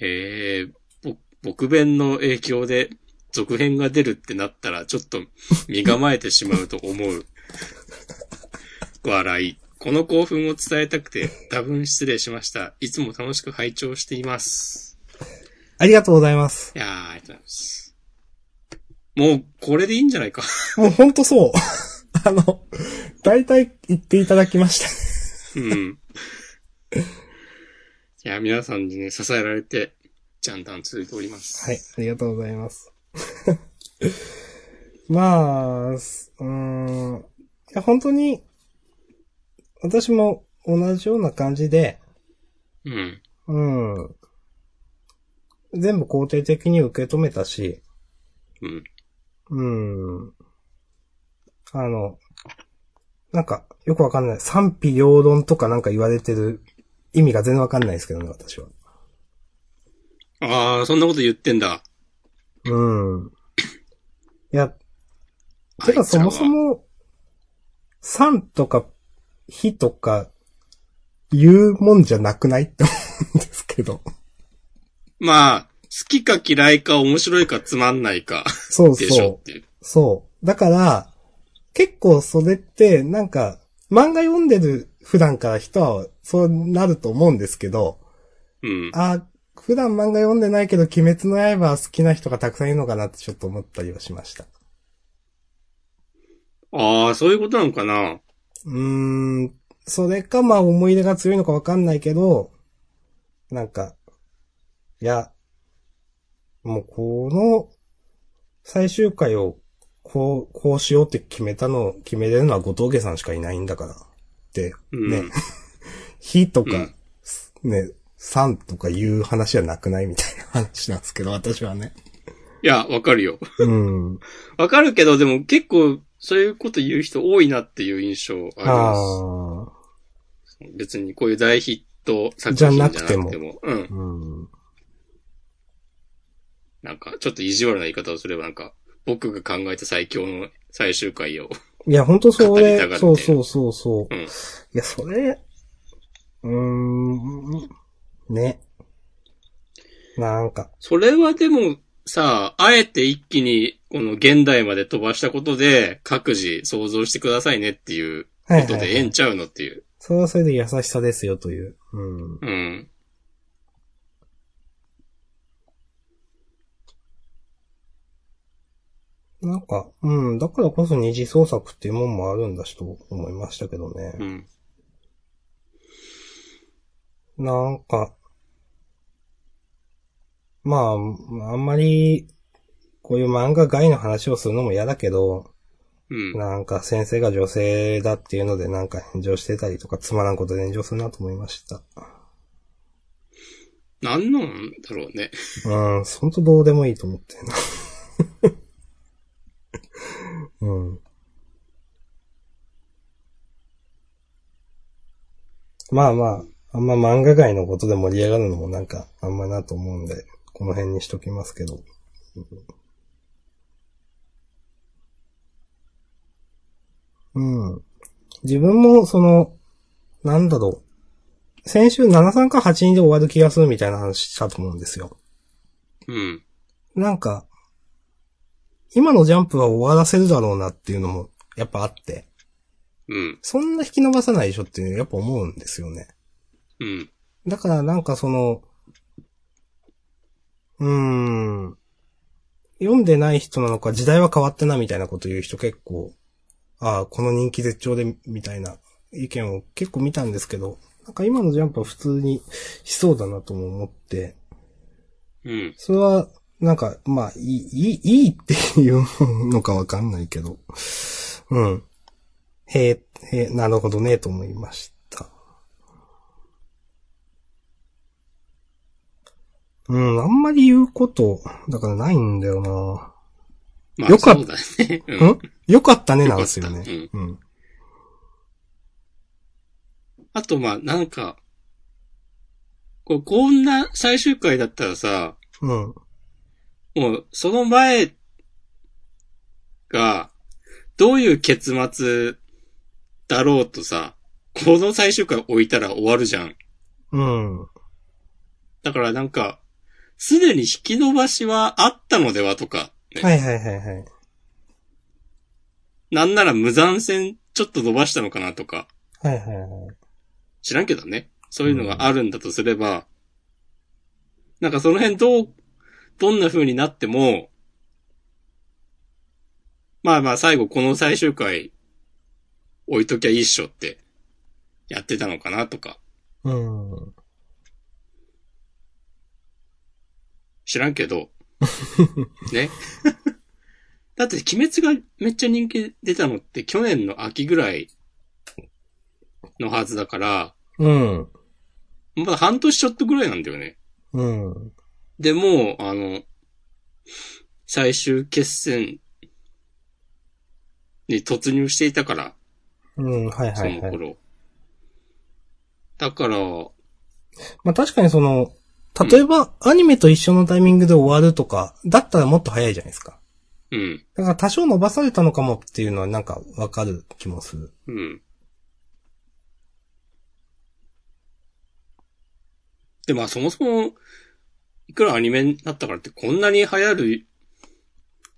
えー、ぼ僕弁の影響で続編が出るってなったらちょっと身構えてしまうと思う。笑い。この興奮を伝えたくて多分失礼しました。いつも楽しく拝聴しています。
ありがとうございます。
いやー、ありがとうございます。もう、これでいいんじゃないか。
もうほんとそう。 (laughs) あの、大体言っていただきましたね。
(laughs) うん。いや、皆さんにね、支えられて、ジャンダン続いております。
はい、ありがとうございます。 (laughs) まあ、すうーん。いや、本当に、私も同じような感じで、
うん。
うん。全部肯定的に受け止めたし、
うん。
うん。あの、なんか、よくわかんない。賛否両論とかなんか言われてる意味が全然わかんないですけどね、私は。
あー、そんなこと言ってんだ。
うん。いや、てかそもそも、賛とか、非とか、言うもんじゃなくないって思うんですけど。
まあ、好きか嫌いか面白いかつまんないか
そう
でし
そ
ょ
う
っ。ていう。
そう。だから、結構それって、なんか、漫画読んでる普段から人は、そうなると思うんですけど、
うん。
あ、普段漫画読んでないけど、鬼滅の刃好きな人がたくさんいるのかなってちょっと思ったりはしました。
あー、そういうことなのかな。
うーん、それか、まあ思い出が強いのかわかんないけど、なんか、いや、もうこの最終回をこう、こうしようって決めたの、決めれるのは後藤家さんしかいないんだから、って、
うん。
ね、火とか、
うん
ね、さんとかいう話はなくないみたいな話なんですけど、私はね。
いや、わかるよ。
うん。
わかるけど、でも結構、そういうこと言う人多いなっていう印象あり
あ
ます。
あ。
別にこういう大ヒット作品じ
じ
ゃ
ゃ
な
な
く
く
て
て
も。
も
うん。
うん。
なんか、ちょっと意地悪な言い方をすればなんか、僕が考えた最強の最終回を。 (laughs)
いや、本当そ
語りたがって
れ、そうそうそうそう。
うん
いや、それ、うーん、ね。なんか、
それはでも、さあ、あえて一気に、この現代まで飛ばしたことで、各自想像してくださいねっていう
は
こ
いはい、
と
はい
でええんちゃうのっていう。
それはそれで優しさですよという。うん。
うん。
なんか、うん、だからこそ二次創作っていうもんもあるんだしと思いましたけど
う
ね。
ん。
なんか、まあ、あんまり、こういう漫画外の話をするのも嫌だけど、
うん。
なんか先生が女性だっていうのでなんか炎上してたりとかつまらんことで炎上するなと思いました。
なんなんだろうね。
うん、ほんとどうでもいいと思ってんな。 (laughs) うん。まあまあ、あんま漫画外のことで盛り上がるのもなんかあんまなと思うんで、この辺にしときますけど。うん。自分もその、なんだろう。先週73か82で終わる気がするみたいな話したと思うんですよ。
うん。
なんか、今のジャンプは終わらせるだろうなっていうのも、やっぱあって、
うん。
そんな引き伸ばさないでしょっていうのやっぱ思うんですよね。
うん。
だからなんかその、うーん、読んでない人なのか時代は変わってなみたいなこと言う人結構、ああ、この人気絶頂でみたいな意見を結構見たんですけど、なんか今のジャンプは普通にしそうだなとも思って、
うん。
それは、なんか、まあ、いい、いいいいっていうのかわかんないけど。うん。へえ、へえ、なるほどね、と思いました。うん、あんまり言うこと、だからないんだよな
ま
よかっ。
そうだね。 (laughs) うん
よかったね、なんです
(laughs)
よね。
ね。
うん。
あと、まあ、なんか、こうこんな最終回だったらさ、
うん。
もう、その前が、どういう結末だろうとさ、この最終回置いたら終わるじゃん。
うん。
だからなんか、すでに引き伸ばしはあったのではとか、ね
はいはいはいはい。
なんなら無残線ちょっと伸ばしたのかなとか、
はいはいはい。
知らんけどね。そういうのがあるんだとすれば、なんかその辺どう、どんな風になっても、まあまあ最後この最終回、置いときゃいいっしょって、やってたのかなとか、
うん。
知らんけど。ね。だって鬼滅がめっちゃ人気出たのって去年の秋ぐらいのはずだから、
うん。
まだ半年ちょっとぐらいなんだよね。
うん。
で、もう、あの、最終決戦に突入していたから、
うん。はい
そ
はい
の
はい。
頃。だから、
まあ確かにその、例えばアニメと一緒のタイミングで終わるとか、だったらもっと早いじゃないですか。
うん、
だから多少伸ばされたのかもっていうのはなんかわかる気もする。
うん。で、まあそもそも、いくらアニメになったからってこんなに流行る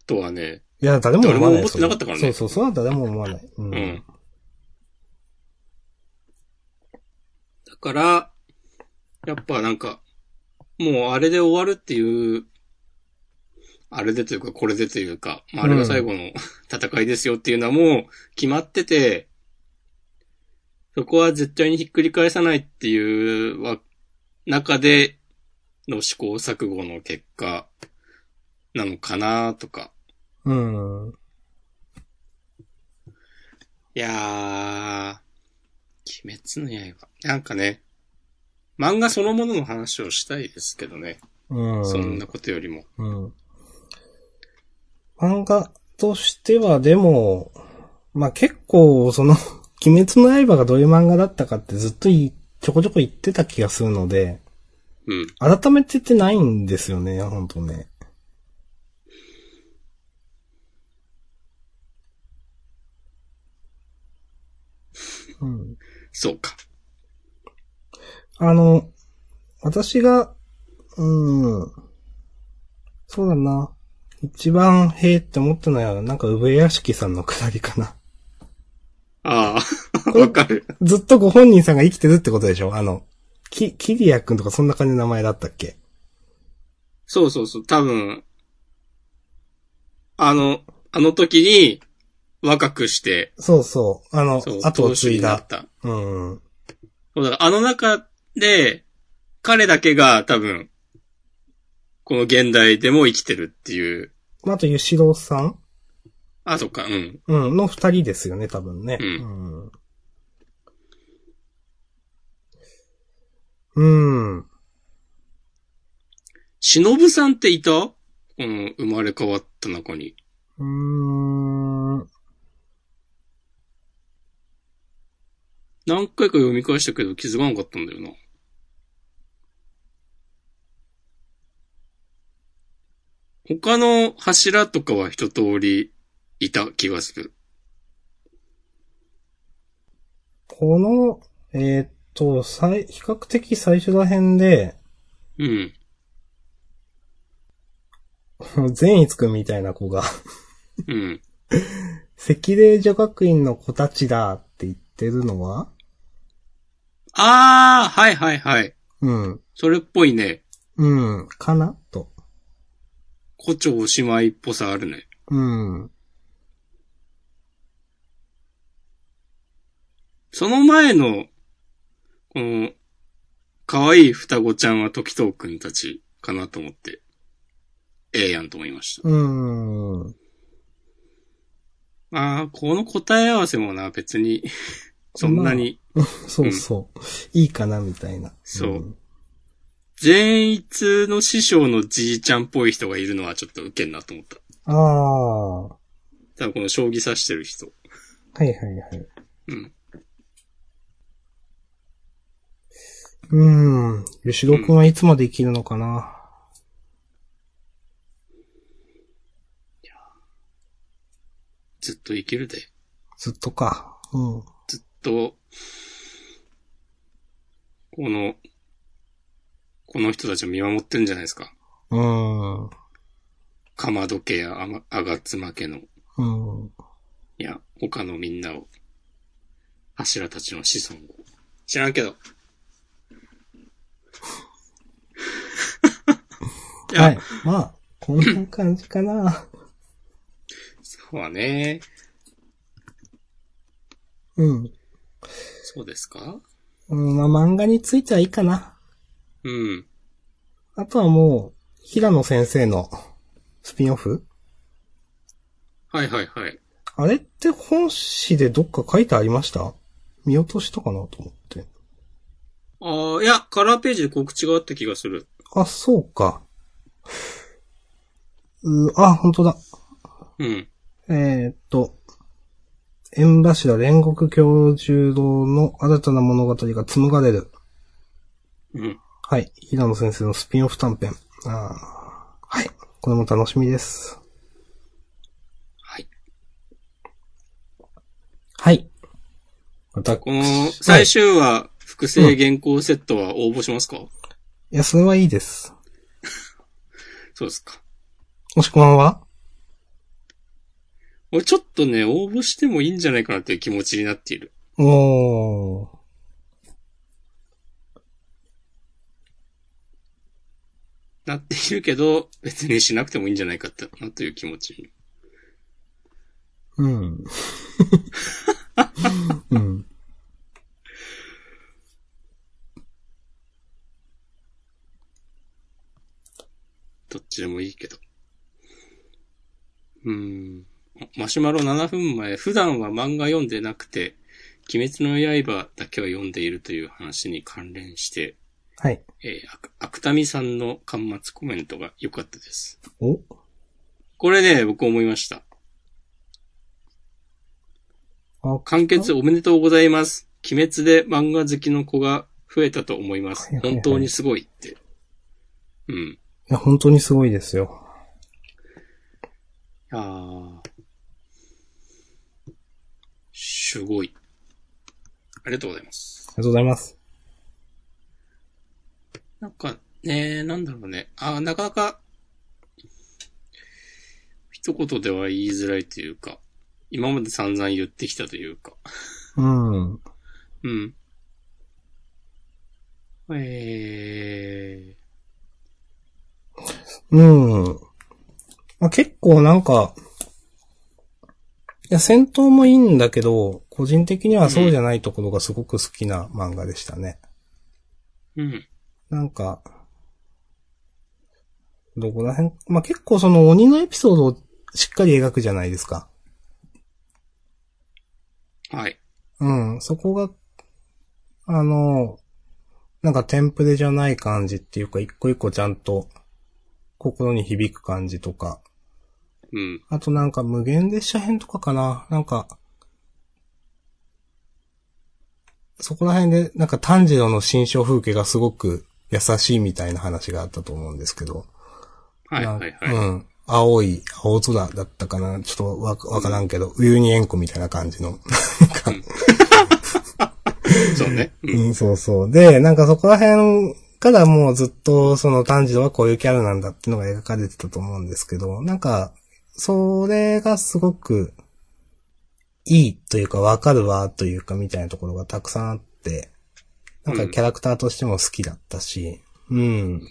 とはね、
いや、誰も思わ
誰も
ない。
思ってなかったからね
そうそう、そうは誰も思わない。うん。
うん。だから、やっぱなんか、もうあれで終わるっていう、あれでというかこれでというか、まあ、あれが最後の戦いですよっていうのはもう決まってて、そこは絶対にひっくり返さないっていうわ中での試行錯誤の結果なのかなとか。
うん。
いやー、鬼滅の刃。なんかね、漫画そのものの話をしたいですけどね。
うん。
そんなことよりも。
うん。漫画としてはでも、まあ、結構その、 (laughs) 鬼滅の刃がどういう漫画だったかってずっといちょこちょこ言ってた気がするので、
うん。
改めてってないんですよね、ほんとね。うん。
そうか。
あの、私が、うん、そうだな。一番、へえって思ったのは、なんか、上屋敷さんのくだりかな。 (laughs)
ああ、わかる。
ずっとご本人さんが生きてるってことでしょあの、き、キリア君とかそんな感じの名前だったっけ
そうそうそう。多分、あの、あの時に若くして、
そうそう。あの
そう、、
後を継い
になっ
だ。
た。
うん。
そうだからあの中で、彼だけが多分、この現代でも生きてるっていう。
まあ、あと、ゆしろうさん
あ、そっか、うん。
うん、の二人ですよね、多分ね。
う
うん。うん。
忍さんっていたこの生まれ変わった中に。
うーん。
何回か読み返したけど気づかなかったんだよな。他の柱とかは一通りいた気がする。
この、えーっと、最、比較的最初ら辺で、 (laughs)
うん。
善逸くんみたいな子が、 (laughs)
うん。
赤霊女学院の子たちだって言ってるのは
あー、はいはいはい。
うん。
それっぽいね。
うん。かなと。
胡蝶おしまいっぽさあるね。
うん。
その前の、この、可愛い双子ちゃんは時藤くんたちかなと思って、ええやんと思いました。
うん。
ああ、この答え合わせもな、別に、そんなに、
そうそう。いいかなみたいな。。
そうん善逸の師匠のじいちゃんっぽい人がいるのはちょっとウケんなと思った。
ああ。は
多分この将棋指してる人。
いはいはい。
うん。
うん。吉郎くんはいつまで生きるのかな、
ずっと生きるで。
ずっとか。うん。
ずっと、この、この人たちを見守ってるんじゃないですか。
うん。う
かまど家やあがあがつま家の、い
ん。
や、他のみんなを、柱たちの子孫を。知らんけど。いや
はい。まあ、こんな感じかな。
そうはね。
うん。
そうですか
うん、まあ漫画についてはいいかな。
うん。
あとはもう、平野先生のスピンオフ
はいはいはい。
あれって本誌でどっか書いてありました見落としたかなと思って。
ああ、いや、カラーページで告知があった気がする。
あ、そうか。うーあ、本当だ。
うん。
えーっと、縁柱煉獄教授堂の新たな物語が紡がれる。
うん。
はい。平野先生のスピンオフ短編。あーはい。これも楽しみです。
はい。
はい。また、
この、最終話、複製原稿セットは応募しますか、
いや、それはいいです。
そうですか。
もしこまんは
俺ちょっとね、応募してもいいんじゃないかなっていう気持ちになっている。
おー。
なっているけど、別にしなくてもいいんじゃないかってなという気持ちに。
うん。 (laughs) うん。
どっちでもいいけど。うーん。マシュマロ7分前、普段は漫画読んでなくて、鬼滅の刃だけは読んでいるという話に関連して、
はい。
えー、あく芥見さんの端末コメントが良かったです。
お
これね、僕思いました。
あ、
完結おめでとうございます。鬼滅で漫画好きの子が増えたと思います
はいは。いはい
本当にすごいって。うん。
いや、本当にすごいですよ。
ああ。すごい。ありがとうございます。
ありがとうございます。
なんかね、なんだろうね。あーなかなか、一言では言いづらいというか、今まで散々言ってきたというか。
う
う
ん。
ん。え
うん。まあ、結構なんか、いや、戦闘もいいんだけど、個人的にはそうじゃないところがすごく好きな漫画でしたね。
ー、うん。
なんか、どこら辺まあ、結構その鬼のエピソードをしっかり描くじゃないですか。
はい。
うん、そこが、あの、なんかテンプレじゃない感じっていうか、一個一個ちゃんと心に響く感じとか、
うん。
あとなんか無限列車編とかかななんか、そこら辺で、なんか炭治郎の心象風景がすごく優しいみたいな話があったと思うんですけど。
はい、
な
はい、はい。
うん。青い、青空だったかなちょっとわ、わからんけど、ウユニ塩湖みたいな感じの。
そうね。うん。
うん、そうそう。で、なんかそこら辺からもうずっとその炭治郎はこういうキャラなんだってのが描かれてたと思うんですけど、なんか、それがすごくいいというかわかるわというかみたいなところがたくさんあって、なんかキャラクターとしても好きだったし、うん。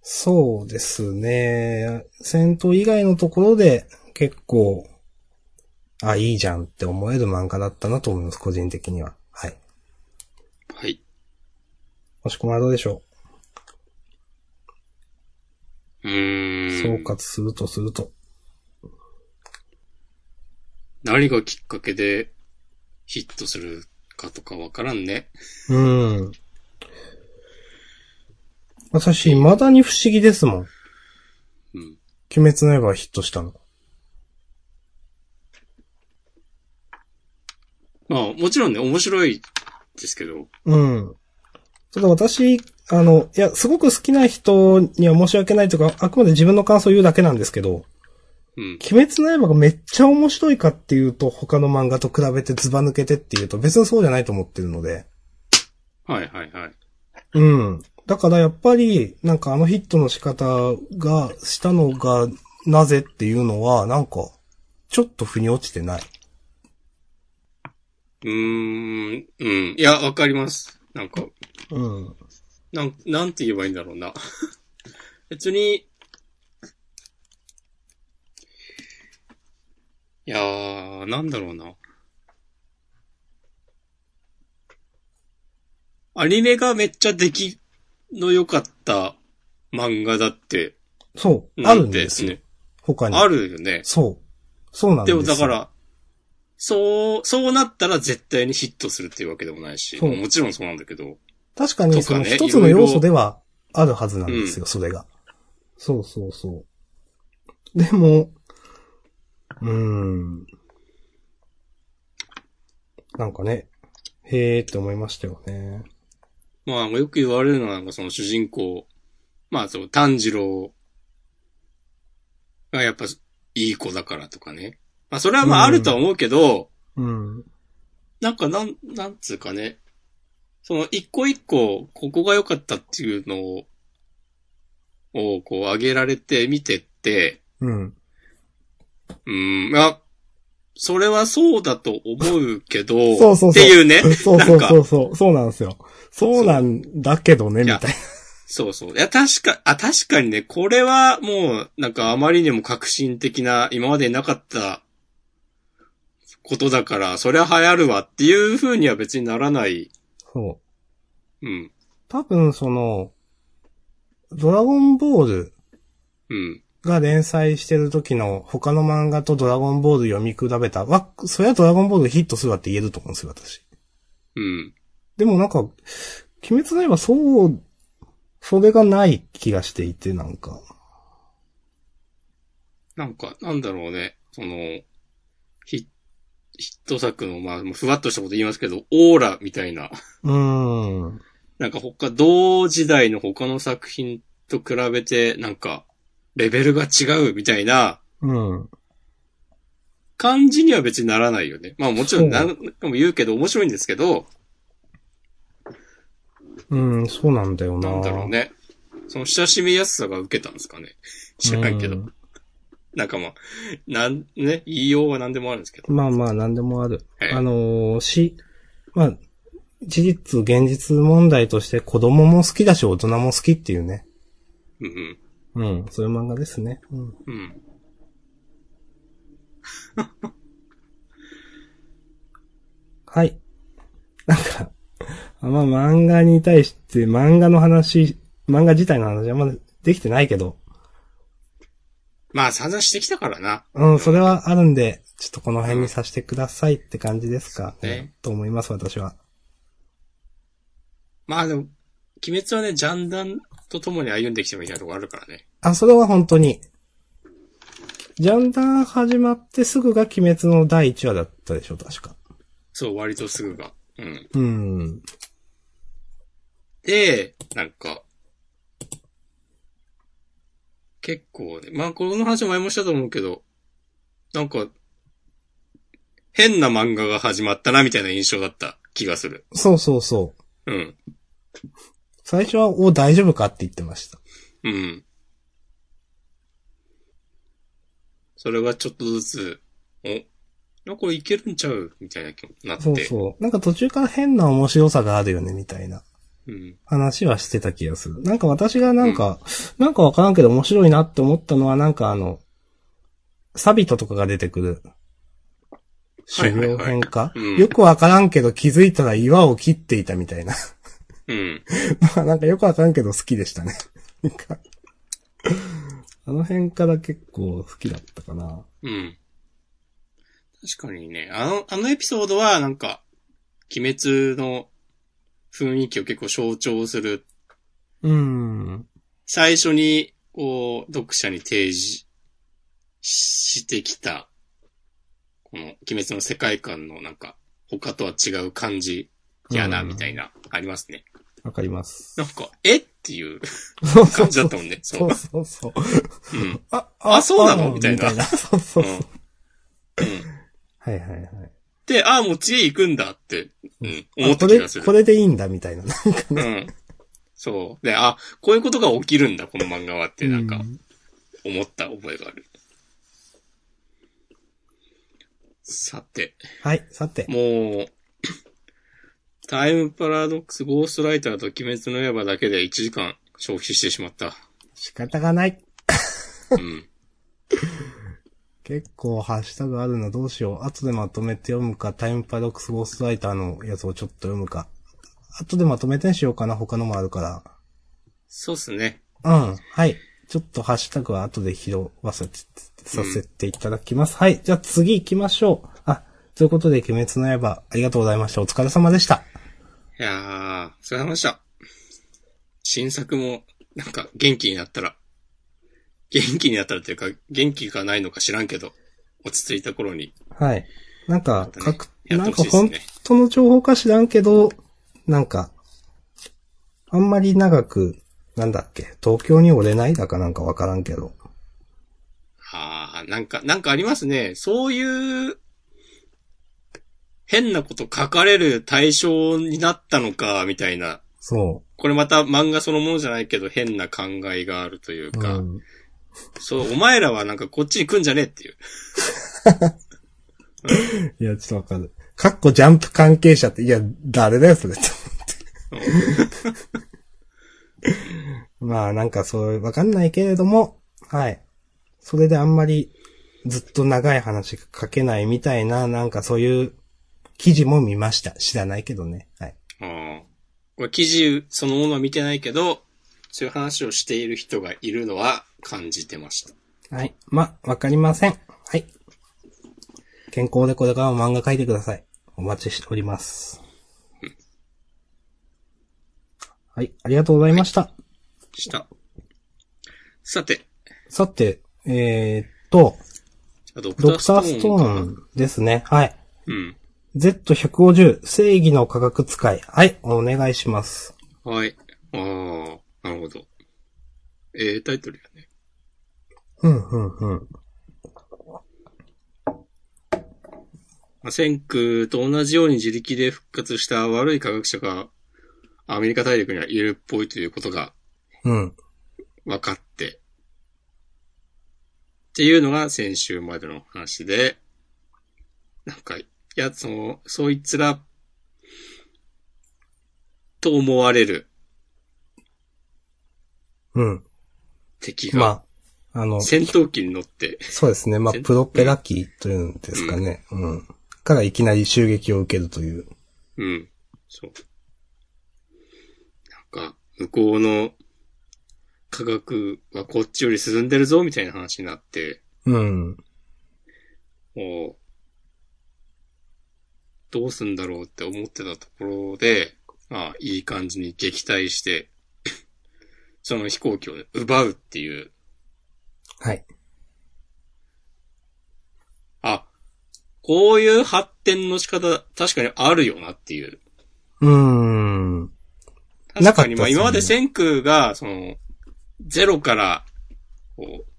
そうですね。戦闘以外のところで結構、あ、いいじゃんって思える漫画だったなと思います、個人的には。はい。
はい。
もしくはどうでしょ
う
う、
ーん。
総括するとすると。
何がきっかけでヒットするかとかわからんね。
うん。私、未だに不思議ですもん。
うん。
鬼滅の刃ヒットしたの。
まあ、もちろんね、面白いですけど。
うん。ただ私、あの、いや、すごく好きな人には申し訳ないというか、あくまで自分の感想を言うだけなんですけど、
うん。
鬼滅の刃がめっちゃ面白いかっていうと、他の漫画と比べてズバ抜けてっていうと、別にそうじゃないと思ってるので。
はい、はい、はい。
うん。だからやっぱり、なんかあのヒットの仕方が、したのが、なぜっていうのは、なんか、ちょっと腑に落ちてない。
うーん。うん。いや、わかります。なんか、
うん。
なん、なんて言えばいいんだろうな。 (laughs) 別に、いやー、なんだろうな。アニメがめっちゃ出来の良かった漫画だって、
そう、あるんですよ。
ね。
他に。
あるよね。
そう。そうなんで
です
よ
もだか。ら、そう、そうなったら絶対にヒットするっていうわけでもないし、
そう
もちろんそうなんだけど、
確かに、
と
そ
か
の
ね
一つの要素では、あるはずなんですよ、それが。そうそうそう。でも、うーん。なんかね、へーって思いましたよね。
まあ、よく言われるのは、なんかその主人公、まあ、そう、炭治郎がやっぱいい子だからとかね。まあ、それはまあ
うん
あるとは思うけど、
うん。
なんかなん、なんつうかね、その一個一個、ここが良かったっていうのを、をこう上げられて見てって、
うん。
うん、あ、それはそうだと思うけど、
(laughs) そうそうそう
っていうね。
そう
な
そ
ん
う
か
そうそう、そうなんですよ。そうなんだけどね、み
い
た
や
いな。
そうそう。いや、確か、あ、確かにね、これはもう、なんかあまりにも革新的な、今までなかったことだから、そりゃ流行るわっていう風には別にならない。
そう。
うん。
多分その、ドラゴンボール
うん。
が連載してる時の他の漫画とドラゴンボール読み比べたわ、そりゃドラゴンボールヒットするわって言えると思うんですよ、私。
うん。
でもなんか、鬼滅の刃そう、それがない気がしていて、なんか。
なんか、なんだろうね。その、ヒヒット作の、まあ、ふわっとしたこと言いますけど、オーラみたいな。
うーん。
なんか他、同時代の他の作品と比べて、なんか、レベルが違うみたいな
うん。
感じには別にならないよね。まあもちろん
そう
何回も言うけど面白いんですけど、
うん、そうなんだよな。
なんだろうね。その親しみやすさが受けたんですかね。知らんけ
う
ど。
ん
なんかまあ、なん、ね、言いようは何でもあるんですけど。
まあまあ、なんでもある。
ええ
あのーし、まあ、事実、現実問題として子供も好きだし、大人も好きっていうね。
うんうん。
うん、そういう漫画ですね。うん。
うん。
はい。なんか、あんま漫画に対して、漫画の話、漫画自体の話はまだできてないけど、
まあ散々してきたからな。
うん、それはあるんで、ちょっとこの辺にさせてくださいって感じですか、
ね
と思います、私は。
まあでも、鬼滅はね、ジャンダンと共に歩んできてもいいなとこあるからね。
あ、それは本当に。ジャンダン始まってすぐが鬼滅の第1話だったでしょ、確か。
そう、割とすぐが。うん。
うん。
で、なんか、結構ね、まあこの話も前もしたと思うけど、なんか、変な漫画が始まったなみたいな印象だった気がする。
そうそうそう。
うん。
最初は、お、大丈夫かって言ってました。
うん。それがちょっとずつ、お、なんかこれいけるんちゃうみたいな気になって。
そうそう。なんか途中から変な面白さがあるよね、みたいな
うん。
話はしてた気がする。なんか私がなんか、なんかわからんけど面白いなって思ったのは、なんかあの、サビトとかが出てくる。
はい
修
はいはい
行編か、
うん
よくわからんけど気づいたら岩を切っていたみたいな。
うん。
まあ (laughs) なんかよくわからんけど好きでしたね。 (laughs) なんかあの辺から結構好きだったかな。
うん。確かにね、あの、あのエピソードはなんか、鬼滅の雰囲気を結構象徴する。
うん。
最初に、こう、読者に提示ししてきた、この、鬼滅の世界観のなんか、他とは違う感じ、やな、
うん
みたいな、ありますね。
わかります。
なんか、えっていう
(laughs) そうそ
感
う
じだ
そ
っ
う。
たもんね。
そ
そうう。
そうそう。
うん。
あ、
あそうなのみたいな
(laughs) そうそううそう。
ん。
はいはいはい。
で、ああ、もう次へ行くんだって、うん、思
あ
った
こ
気
れ、
がする
こ。れでいいんだ、みたい (laughs) な。
うん。そう。で、あ、こういうことが起きるんだ、この漫画はって、なんか
う、
思った覚えがある。さて、
はい、さて。
もう、タイムパラドックス、ゴーストライターと鬼滅の刃だけで1時間消費してしまった。
仕方がない。
うん。
結構ハッシュタグあるな、どうしよう。後でまとめて読むか、タイムパラドックスゴーストライターのやつをちょっと読むか。後でまとめてにしようかな、他のもあるから。
そうっすね。
うん。はい。ちょっとハッシュタグは後で拾わせて、させていただきます。はい。じゃあ次行きましょう。あ、ということで、鬼滅の刃、ありがとうございました。お疲れ様でした。
いやー、お疲れ様でした。新作も、なんか、元気になったら、元気になったらというか、元気がないのか知らんけど、落ち着いた頃に
はい。なんか、
ね
かく、
やっ
な
て
ん
ほし
か
いですね
本当の情報か知らんけど、なんか、あんまり長く、なんだっけ、東京におれないだかなんかわからんけど。
ああ、なんか、なんかありますね。そういう、変なこと書かれる対象になったのか、みたいな。
そ
これまた漫画そのものじゃないけど、変な考えがあるという
う。
か、
うん
そう、お前らはなんかこっちに来んじゃねえっていう。
いや、ちょっとわかる。かっこジャンプ関係者って、いや、誰だよ、それって。 (laughs) まあ、なんかそう、わかんないけれども、はい。それであんまり、ずっと長い話が書けないみたいな、なんかそういう記事も見ました。知らないけどね。はい。
ああこれ記事そのものは見てないけど、そういう話をしている人がいるのは感じてました。
はい。ま、わかりません。はい。健康でこれからも漫画書いてください。お待ちしております。はい、ありがとうございました。
した。さて、
さて、えー、っと、
ドクタ
ド
ー
クター
ス
ス
ト
ト
ーンか
ー
な。
ンですね。はい。
うん。
Z150、正義の科学使い。はい、お願いします。
はい。ああ、なるほど。ええタイトルやね。
うん、うん、うん。
まあ、先空と同じように自力で復活した悪い科学者がアメリカ大陸にはいるっぽいということが
うん。
分かって、っていうのが先週までの話で、なんか、いや、その、そいつら、と思われる
うん。
敵が、
まあ、あの、
戦闘機に乗って、
そうですね。まあ
せん、
プロペラ機というんですかね。うん。からいきなり襲撃を受けるという。
うん。そう。なんか、向こうの科学はこっちより進んでるぞ、みたいな話になって、
うん。
もう、どうすんだろうって思ってたところで、まあ、いい感じに撃退して、 (laughs) その飛行機を奪うっていう、
はい。
あ、こういう発展の仕方、確かにあるよなっていう。
うーん。な
確
かっ
か
たっ
に、
す
まあ
ね
今まで千空が、その、ゼロから、こう、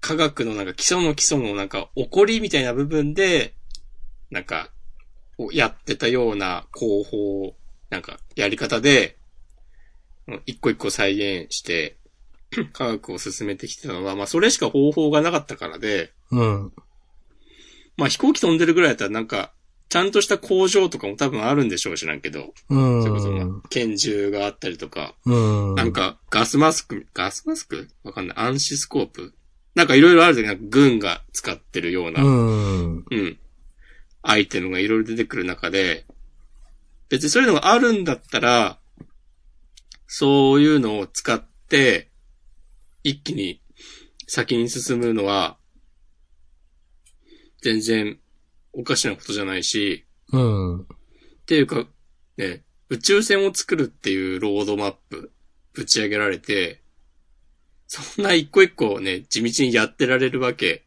科学のなんか基礎の基礎のなんか起こりみたいな部分で、なんか、こうやってたような広報、なんかやり方で、うん一個一個再現して、 (clears throat) 科学を進めてきてたのは、まあそれしか方法がなかったからで、
うん。
まあ飛行機飛んでるぐらいだったらなんか、ちゃんとした工場とかも多分あるんでしょうしなんけど、
う
それこそまあ
ん。
拳銃があったりとか、
うん。
なんかガスマスク、ガスマスクわかんない。暗視スコープなんかいろいろあるじゃんなんか軍が使ってるような、
う
うん、
ん。
アイテムがいろいろ出てくる中で、別にそういうのがあるんだったら、そういうのを使って、一気に先に進むのは、全然おかしなことじゃないし、
うん。
っていうか、ね、宇宙船を作るっていうロードマップ、ぶち上げられて、そんな一個一個ね、地道にやってられるわけ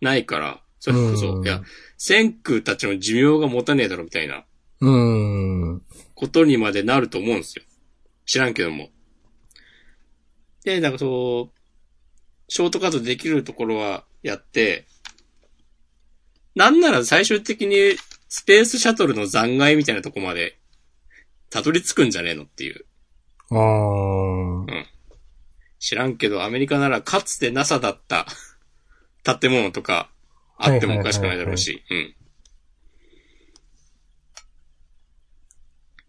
ないから、それこ
う
そ、
ん
いや、先空たちの寿命が持たねえだろみたいな
うん。
ことにまでなると思うんですよ。知らんけども。で、なんかそう、ショートカットできるところはやって、なんなら最終的にスペースシャトルの残骸みたいなとこまでたどり着くんじゃねえのっていう。
あー。
知らんけど、アメリカならかつて NASA だった (laughs) 建物とかあってもおかしくないだろうし、うん。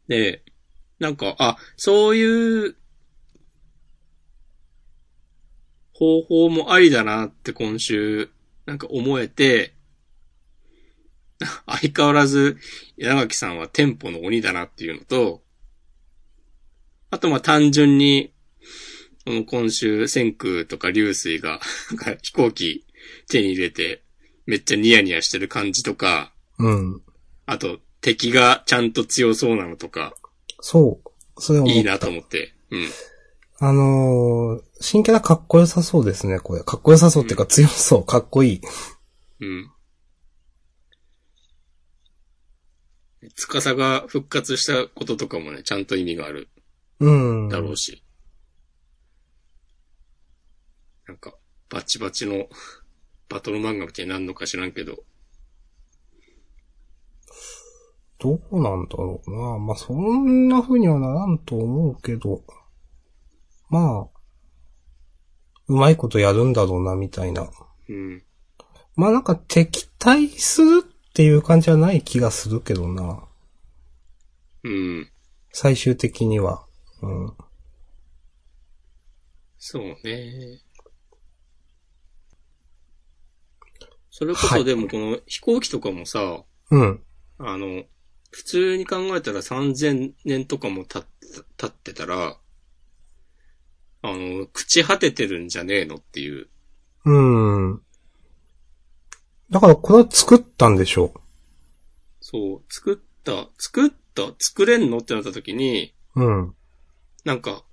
で、なんか、あ、そういう方法もありだなって今週、なんか思えて、 (laughs) 相変わらず稲垣さんはテンポの鬼だなっていうのと、あとまあ単純にこの今週、千空とか流水が、 (laughs) なんか飛行機手に入れて、めっちゃニヤニヤしてる感じとか、
うん。
あと敵がちゃんと強そうなのとか、
そう。それ思った
いいなと思って。うん。
あのー、新キャラかっこよさそうですね、これ。かっこよさそうっていうか強そう、かっこいい。
うん。司が復活したこととかもね、ちゃんと意味がある
うん。
だろうし。なんか、バチバチのバトル漫画みたいになるのか知らんけど、
どうなんだろうな。まあ、そんな風にはならんと思うけど、まあ、うまいことやるんだろうな、みたいな。
うん。
まあなんか敵対するっていう感じはない気がするけどな。
うん。
最終的には。うん。
そうね。それこそでもこの飛行機とかもさ、
うん。
あの、普通に考えたら3000年とかも経って経ってたら、あの、朽ち果ててるんじゃねえのっていう。
うん。だからこれは作ったんでしょ
そう、作った、作った、作れんのってなった時に、
うん。
なんか、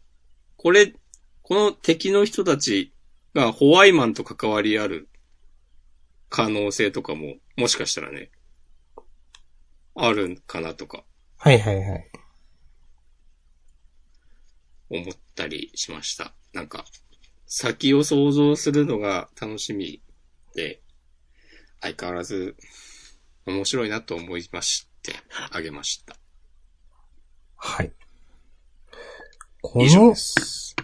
これ、この敵の人たちがホワイマンと関わりある可能性とかも、もしかしたらね、あるんかなとか
はいはいはい。
思ったりしました。なんか、先を想像するのが楽しみで、相変わらず面白いなと思いまして、あげました。
はい。こ
以上
の
です。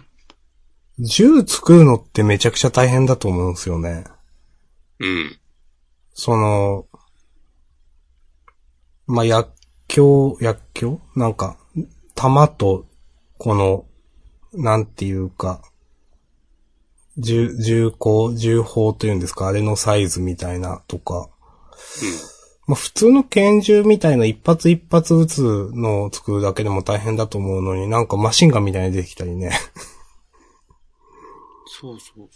銃作るのってめちゃくちゃ大変だと思うんですよね。
うん。
その、まあ、薬莢、薬莢なんか、弾と、この、なんていうか、銃、銃口、銃砲というんですか、あれのサイズみたいなとか、まあ、普通の拳銃みたいな一発一発撃つのを作るだけでも大変だと思うのになんかマシンガンみたいに出てきた
(laughs)
りね。
そうそう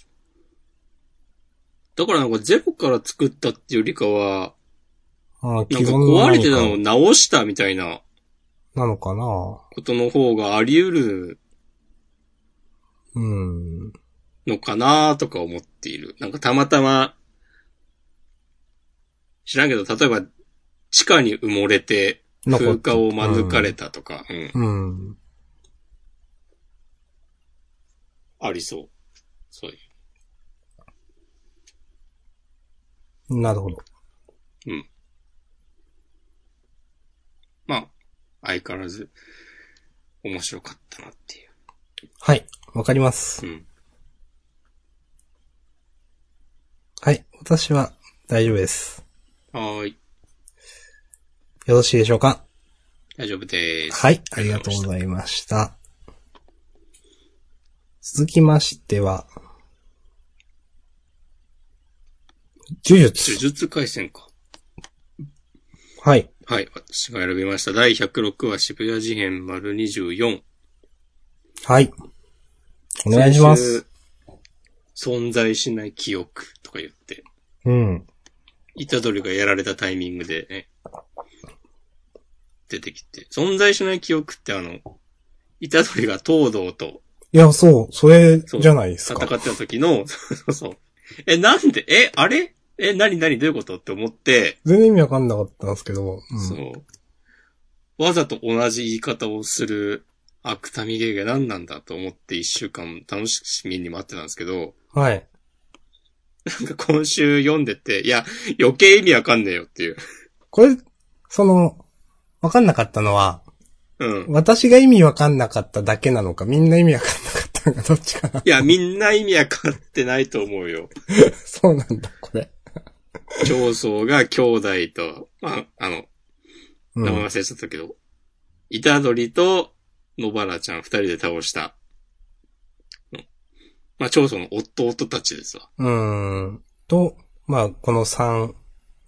だからなんかゼロから作ったっていうよりかは、
ああ
なんか壊れてたのを
何か
直したみたいな
なのかな
ことの方があり得る
うん。
のかなとか思っている。なんかたまたま、知らんけど、例えば、地下に埋もれて、風化を免れたとか、うん、
うん。
ありそう。そうい
なるほど。
う。うん。まあ、相変わらず、面白かったなっていう。
はい。わかります
う。ん。
はい。私は大丈夫です。
はーい。
よろしいでしょうか
大丈夫です。
はい。ありがとうございました。続きましては、呪
呪
術。
術回戦か。
はい。
はい。私が選びました。第106話渋谷事変丸24。
はい。お願いします。
先週。存在しない記憶とか言って、
うん。
イタドリがやられたタイミングでね、出てきて。存在しない記憶ってあの、イタドリが東堂と
いや、そう、それ
そう
じゃないです
戦
か
っ。てた時の、そうそうそう。え、なんでえ、あれえ、なになにどういうことって思って、
全然意味わかんなかったんですけど、うん
そう。わざと同じ言い方をする悪民芸が何なんだと思って一週間楽しみに待ってたんですけど、
はい。
なんか (laughs) 今週読んでて、いや、余計意味わかんねえよっていう。
これ、その、わかんなかったのは、
うん。
私が意味わかんなかっただけなのか、みんな意味わかんなかったのか、どっちかな。 (laughs)
いや、みんな意味わかってないと思うよ。
そうなんだ、これ。
長宗が兄弟と、まあ、あの、
う
名前
ん。
忘れちゃったけど、イタドリと野原ちゃん二人で倒した。うんまあ、長宗の弟たちですわ。
うん。と、まあ、この三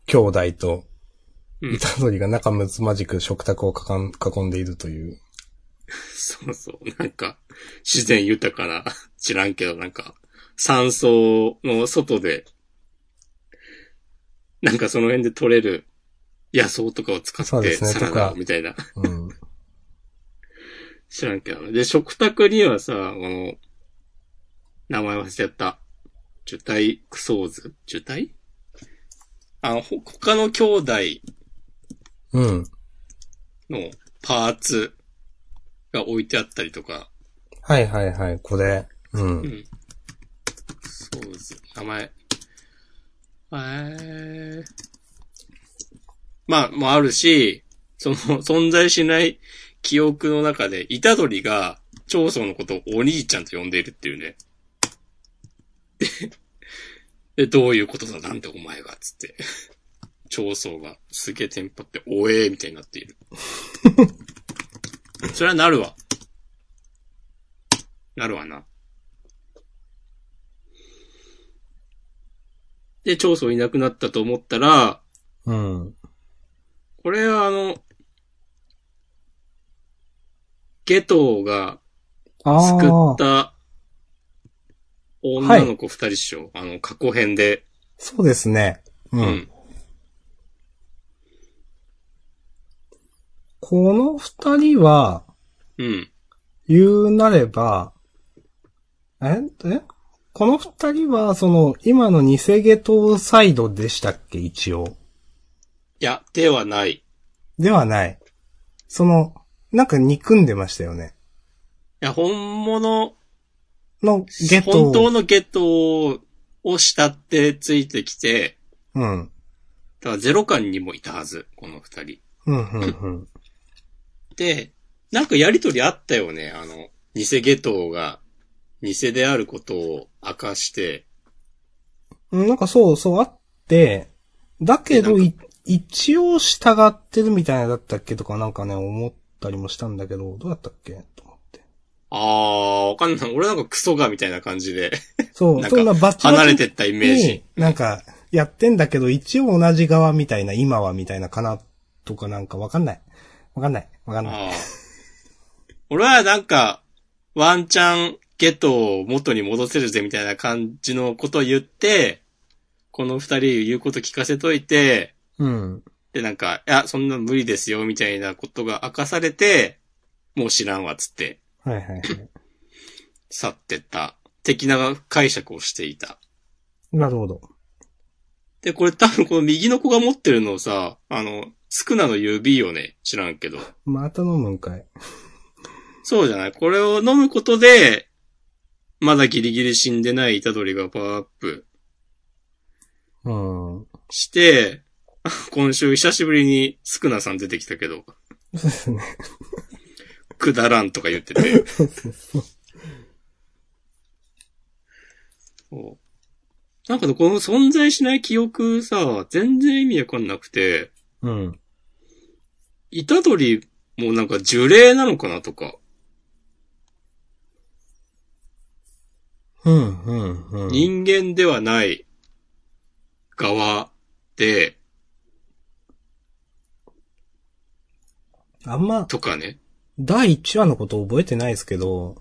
兄弟と、
うん
イタドリが仲睦まじく食卓をかん囲んでいるという。
そうそう。なんか、自然豊かな、知らんけど、なんか、山荘の外で、なんかその辺で取れる野草とかを使
そう
っ
で
て、
すね
サラ
と
ダ
か
みたいな。 (laughs)
うん。
知らんけどね。で、食卓にはさ、この、名前忘れちゃった。受胎クソーズ受胎あの、ほ他の兄弟
うん。
のパーツが置いてあったりとか、
はいはいはい、これ。う。
うんん。そうです。名前。えー、まあ、もあるし、その、存在しない記憶の中で、イタドリが、長宗のことをお兄ちゃんと呼んでいるっていうね。で、でどういうことだなんでお前が、つって。長宗が、すげえテンパって、おえー、みたいになっている。それはなるわ。なるわな。で、長宗いなくなったと思ったら、
うん。
これはあの、ゲトウが
あ
救っ
あ、
た女の子二人っしょ、あの、過去編で。
そうですね。う。。
うん
この二人は、
うん。
言うなれば、ええこの二人は、その、今の偽ゲトサイドでしたっけ一応。
いや、ではない。
ではない。その、なんか憎んでましたよね。
いや、本物、
のゲトを
本当のゲットを慕ってついてきて、
うん。
だからゼロ感にもいたはず、この二人。
うん、うん、うん。
で、なんかやりとりあったよね、あの、偽ゲトが、偽であることを明かして、
うんなんかそう、そうあって、だけど、い一応従ってるみたいなだったっけとかなんかね、思ったりもしたんだけど、どうだったっけと思って。
あー、わかんない。俺なんかクソがみたいな感じで、
そう、
なん
そんな
か
バチバチ
離れてったイメージ
に。、なんか、やってんだけど、一応同じ側みたいな、今はみたいなかな、とかなんかわかんない。わかんない。わかんない。
ああ。俺はなんか、ワンチャンゲットを元に戻せるぜみたいな感じのことを言って、この二人言うこと聞かせといて、
うん。
でなんか、いや、そんな無理ですよみたいなことが明かされて、もう知らんわっつって、
はいはいはい。
去ってった。的な解釈をしていた。
なるほど。
で、これ多分この右の子が持ってるのさ、あの、スクナの指よね。知らんけど。
また飲むんかい。
そうじゃない。これを飲むことで、まだギリギリ死んでないイタドリがパワーアップ
うん。
して、 (laughs) 今週久しぶりにスクナさん出てきたけど、
そうですね。
くだらんとか言ってて。そうなんかねこの存在しない記憶さ、全然意味わかんなくて、
うん。
イタドリもなんか呪霊なのかなとか、
うん、うん、うん。
人間ではない側で、
あんま、
とかね。
第1話のこと覚えてないですけど、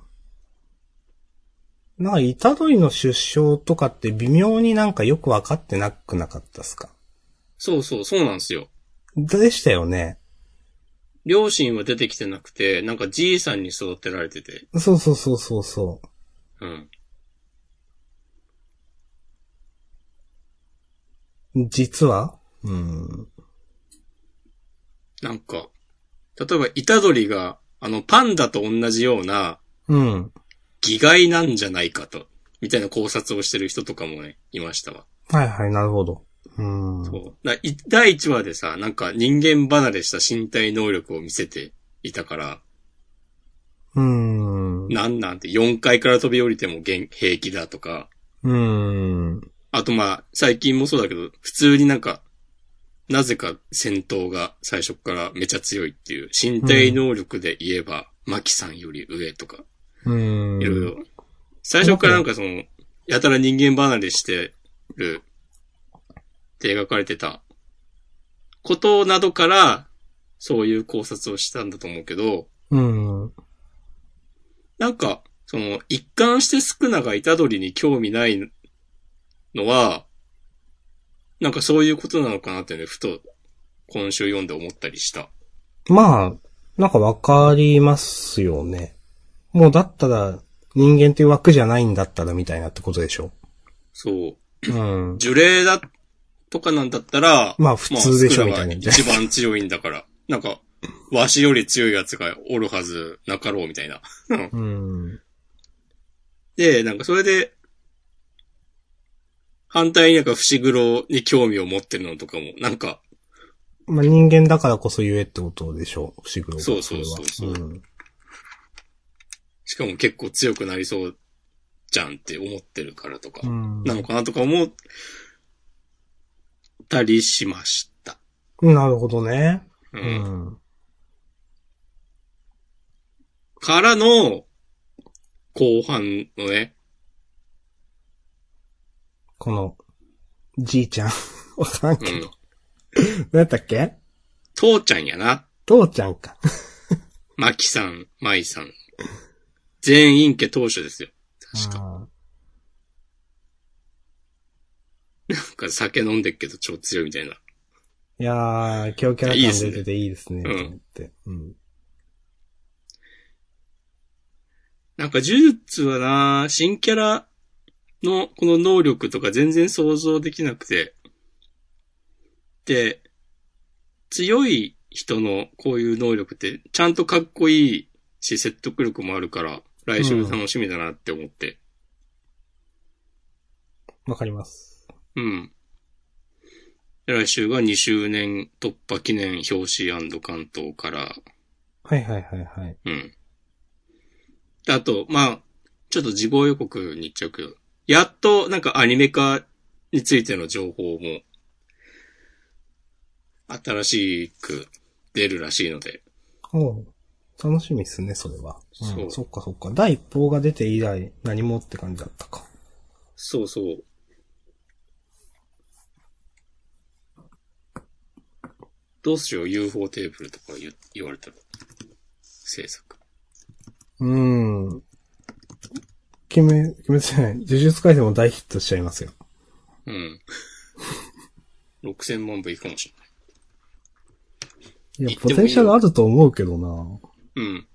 なんか、イタドリの出生とかって微妙になんかよくわかってなくなかったっすか
そうそう、そうなんですよ。
でしたよね。
両親は出てきてなくて、なんかじいさんに育てられてて。
そうそうそうそうそう。
うん。
実はうん。
なんか、例えば、イタドリが、あの、パンダと同じような、
うん。
擬外なんじゃないかと、みたいな考察をしてる人とかもね、いましたわ。
はいはい、なるほど。うん。
そう。だい第1話でさ、なんか人間離れした身体能力を見せていたから、
うん。
なんなんて4階から飛び降りても現平気だとか、
うん。
あとまあ、最近もそうだけど、普通になんか、なぜか戦闘が最初からめちゃ強いっていう、身体能力で言えば、マキさんより上とか、
うん。
いろいろ。最初からなんかその、やたら人間離れしてる、って描かれてた、ことなどから、そういう考察をしたんだと思うけど、
うん。
なんか、その、一貫してスクナがイタドリに興味ないのは、なんかそういうことなのかなってね、ふと、今週読んで思ったりした。
まあ、なんかわかりますよね。もうだったら、人間っていう枠じゃないんだったらみたいなってことでしょ。
そう。
うん。
呪霊だ、とかなんだったら、
まあ普通でしょ
まあ
みたいな
スクナが一番強いんだから。なんか、わしより強いやつがおるはずなかろうみたいな。
うん。
で、なんかそれで、反対になんか伏黒に興味を持ってるのとかも、なんか、
まあ人間だからこそ言えってことでしょ。伏黒が
そうそうそうそう
れはうん。
しかも結構強くなりそうじゃんって思ってるからとか、
うん
なのかなとか思ったりしました。
なるほどね。
う。
うんん。
からの、後半のね、
この、じいちゃん。 (laughs) わからん
う
けど。
ん。
何やったっけ
父ちゃんやな。
父ちゃんか。
マキさん、マイさん。全員家当初ですよ。確か。
あ
なんか酒飲んでっけど超強いみたいな。
ーいやー、キョロキョロ
いいで
感
すね
出てていいです
う
ね。
ん
と思って。うん。
なんか呪術はな、新キャラのこの能力とか全然想像できなくて。で、強い人のこういう能力ってちゃんとかっこいいし説得力もあるから、来週楽しみだなって思って。
わかります。
うん。で来週が2周年突破記念表紙関東から、
はいはいはいはい。
うん。であと、まあ、ちょっと事後予告に行っちゃうけど、やっとなんかアニメ化についての情報も、新しく出るらしいので、
おう楽しみですね、それは。うん、
そう
そっかそっか。第一報が出て以来何もって感じだったか。
そうそう。どうしよう ?UFO テーブルとか言う言われたら。制作。
うーん。決め、決めじゃない。呪術回戦も大ヒットしちゃいますよ。
(laughs) うん。6000万部いくかもし
い
言
や
っ、て
ポ
もいいよ
テンシャルあると思うけどな
れない。うん。い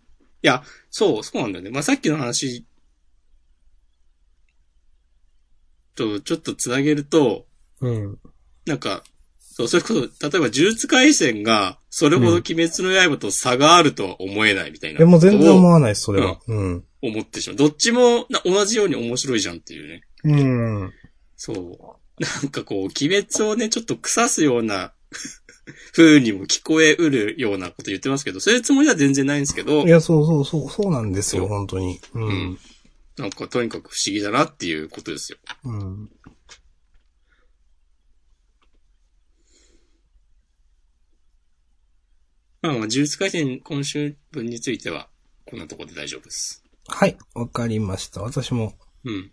や、そう、そうなんだよね。まあ、さっきの話とちょっとつなげると、
うん。
なんか、そう、それこそ、例えば呪術回戦が、それほど鬼滅の刃と差があるとは思えないみたいな。
でも全然思わないです、それは。うん。
思ってしまう。どっちもな同じように面白いじゃんっていうね。
うん。
そう。なんかこう、鬼滅をね、ちょっと腐すような (laughs) 風にも聞こえうるようなこと言ってますけど、そういうつもりは全然ないんですけど
い、や、そうそうそう、そうなんですよ、
そう
本当に。う
うんん。。なんかとにかく不思議だなっていうことですよ。
うん。
まあまあ、呪術回戦今週分については、こんなところで大丈夫です。
はい、わかりました。私も、
うん。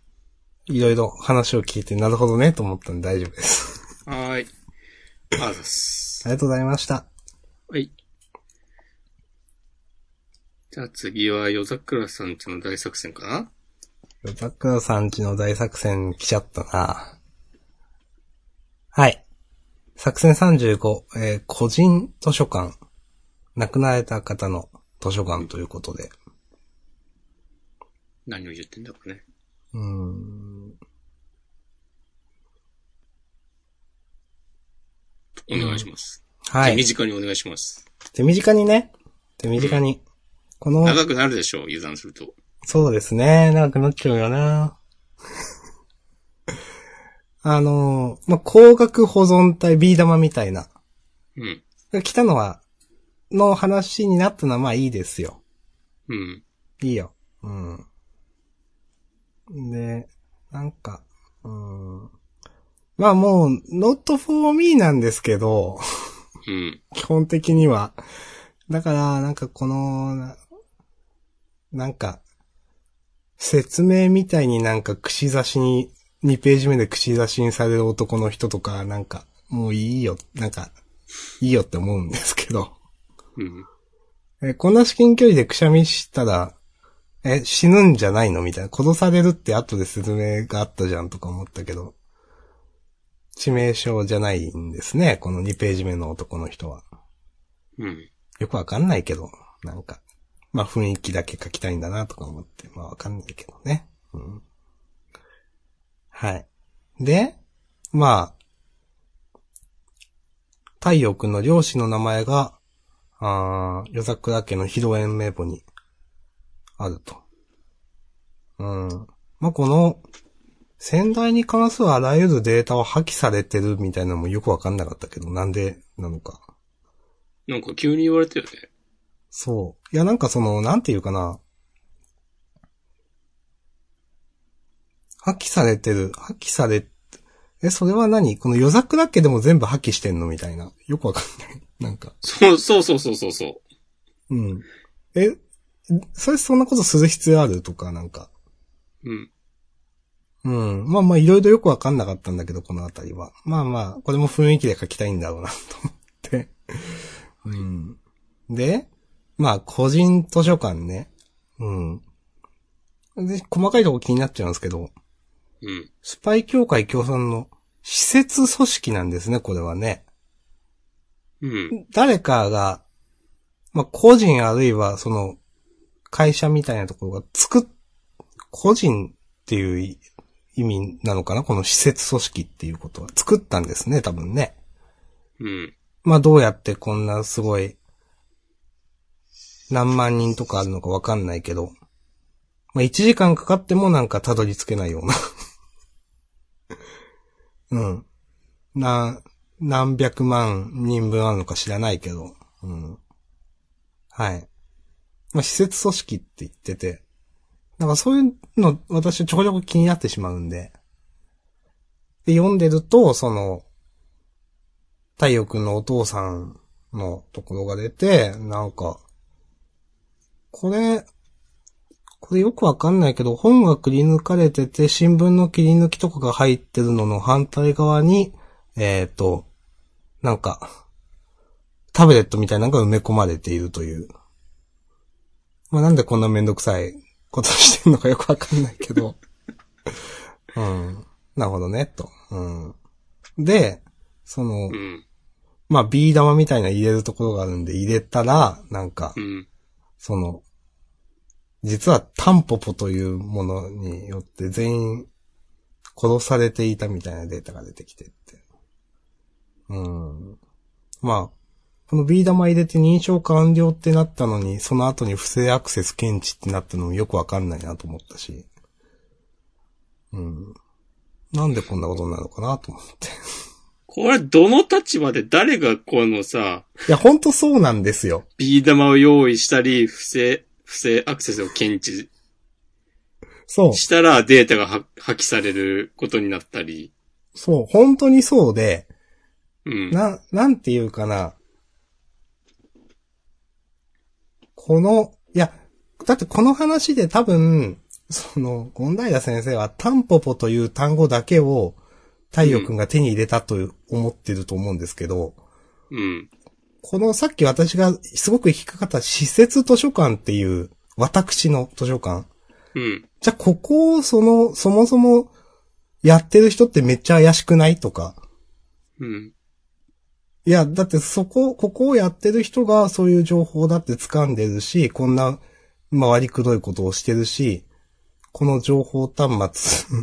いろいろ話を聞いて、なるほどね、と思ったんで大丈夫です。 (laughs)
はーい。あざっす
あ。りがとうございました。
はい。じゃあ次は夜桜さんちの大作戦かな
ヨタクさんちの大作戦来ちゃったなはい。作戦35、えー個人図書館。亡くなられた方の図書館ということで。
何を言ってんだろうね。
うーん。
お願いします。
は
手
い。
短にお願いします。
手短にね。手短に。この、
長くなるでしょう、油断すると。
そうですね。長くなっちゃうよな。 (laughs) あのーまあ、光学保存体、ビー玉みたいな。
うん。
来たのは、の話になったのはまあいいですよ。
うん。
いいよ。うん。で、なんか、うん。まあもう、not for me なんですけど、
うん。
基本的には。だから、なんかこの、ななんか、説明みたいになんか串刺しに、2ページ目で串刺しにされる男の人とか、なんか、もういいよ、なんか、いいよって思うんですけど。
うん。
えーこんな至近距離でくしゃみしたら、え、死ぬんじゃないのみたいな。殺されるって後で説明があったじゃんとか思ったけど、致命傷じゃないんですね。この2ページ目の男の人は。
うん。
よくわかんないけど、なんか。まあ雰囲気だけ書きたいんだなとか思って、まあわかんないけどね。うん。はい。で、まあ、太陽くんの両親の名前が、あー、夜桜家の披露宴名簿にあると。うん。まあこの、先代に関するあらゆるデータを破棄されてるみたいなのもよくわかんなかったけど、なんでなのか。
なんか急に言われたよね。
そう。いや、なんかその、なんていうかな。破棄されてる。破棄され、え、それは何この夜桜家でも全部破棄してんのみたいな。よくわかんない。 (laughs) なんか。
そう、そうそうそうそうそ
うん。え、それそんなことする必要あるとか、なんか。
う。うん。
うん。まあまあ、いろいろよくわかんなかったんだけど、このあたりは。まあまあ、これも雰囲気で書きたいんだろうな、と思って。うん。で、まあ、個人図書館ね。うん。で、細かいとこ気になっちゃうんですけど、
うん。
スパイ協会共産の施設組織なんですね、これはね。
うん。
誰かが、まあ、個人あるいはその、会社みたいなところが作っ個人っていうい意味なのかなこの施設組織っていうことは。作ったんですね、多分ね。
うん。
まあどうやってこんなすごい、何万人とかあるのかわかんないけど、まあ1時間かかってもなんかたどり着けないような。 (laughs) うん。な、何百万人分あるのか知らないけど、うん。はい。まあ施設組織って言ってて、なんかそういうの私ちょこちょこ気になってしまうんで、で読んでると、その、太陽くんのお父さんのところが出て、なんか、これ、これよくわかんないけど、本がくり抜かれてて、新聞の切り抜きとかが入ってるのの反対側に、えっ、と、なんか、タブレットみたいなのが埋め込まれているという。まあなんでこんなめんどくさいことしてんのかよくわかんないけど。 (laughs) うん。なるほどね、と。うん。で、そ
う
の、
ん。
まあ、ビー玉みたいな入れるところがあるんで、入れたら、なんか
う、ん。
その、実はタンポポというものによって全員殺されていたみたいなデータが出てきてって。うん。まあ、このビー玉入れて認証完了ってなったのに、その後に不正アクセス検知ってなったのもよくわかんないなと思ったし。うん。なんでこんなことになるのかなと思って。
これ、どの立場で誰がこのさ、
いや、ほんとそうなんですよ。
ビー玉を用意したり、不正、不正アクセスを検知
そう。
したらデータがは破棄されることになったり。
そう、本当にそうで、
うん。
な、なんていうかな。この、いや、だってこの話で多分、その、権平先生はタンポポという単語だけを太陽くんが手に入れたと思ってると思うんですけど、
うん。
このさっき私がすごく引っかかった施設図書館っていう、私の図書館。
うん。
じゃあここをその、そもそもやってる人ってめっちゃ怪しくないとか。
うん。
いや、だってそこ、ここをやってる人がそういう情報だって掴んでるし、こんな回りくどいことをしてるし、この情報端末、 (laughs)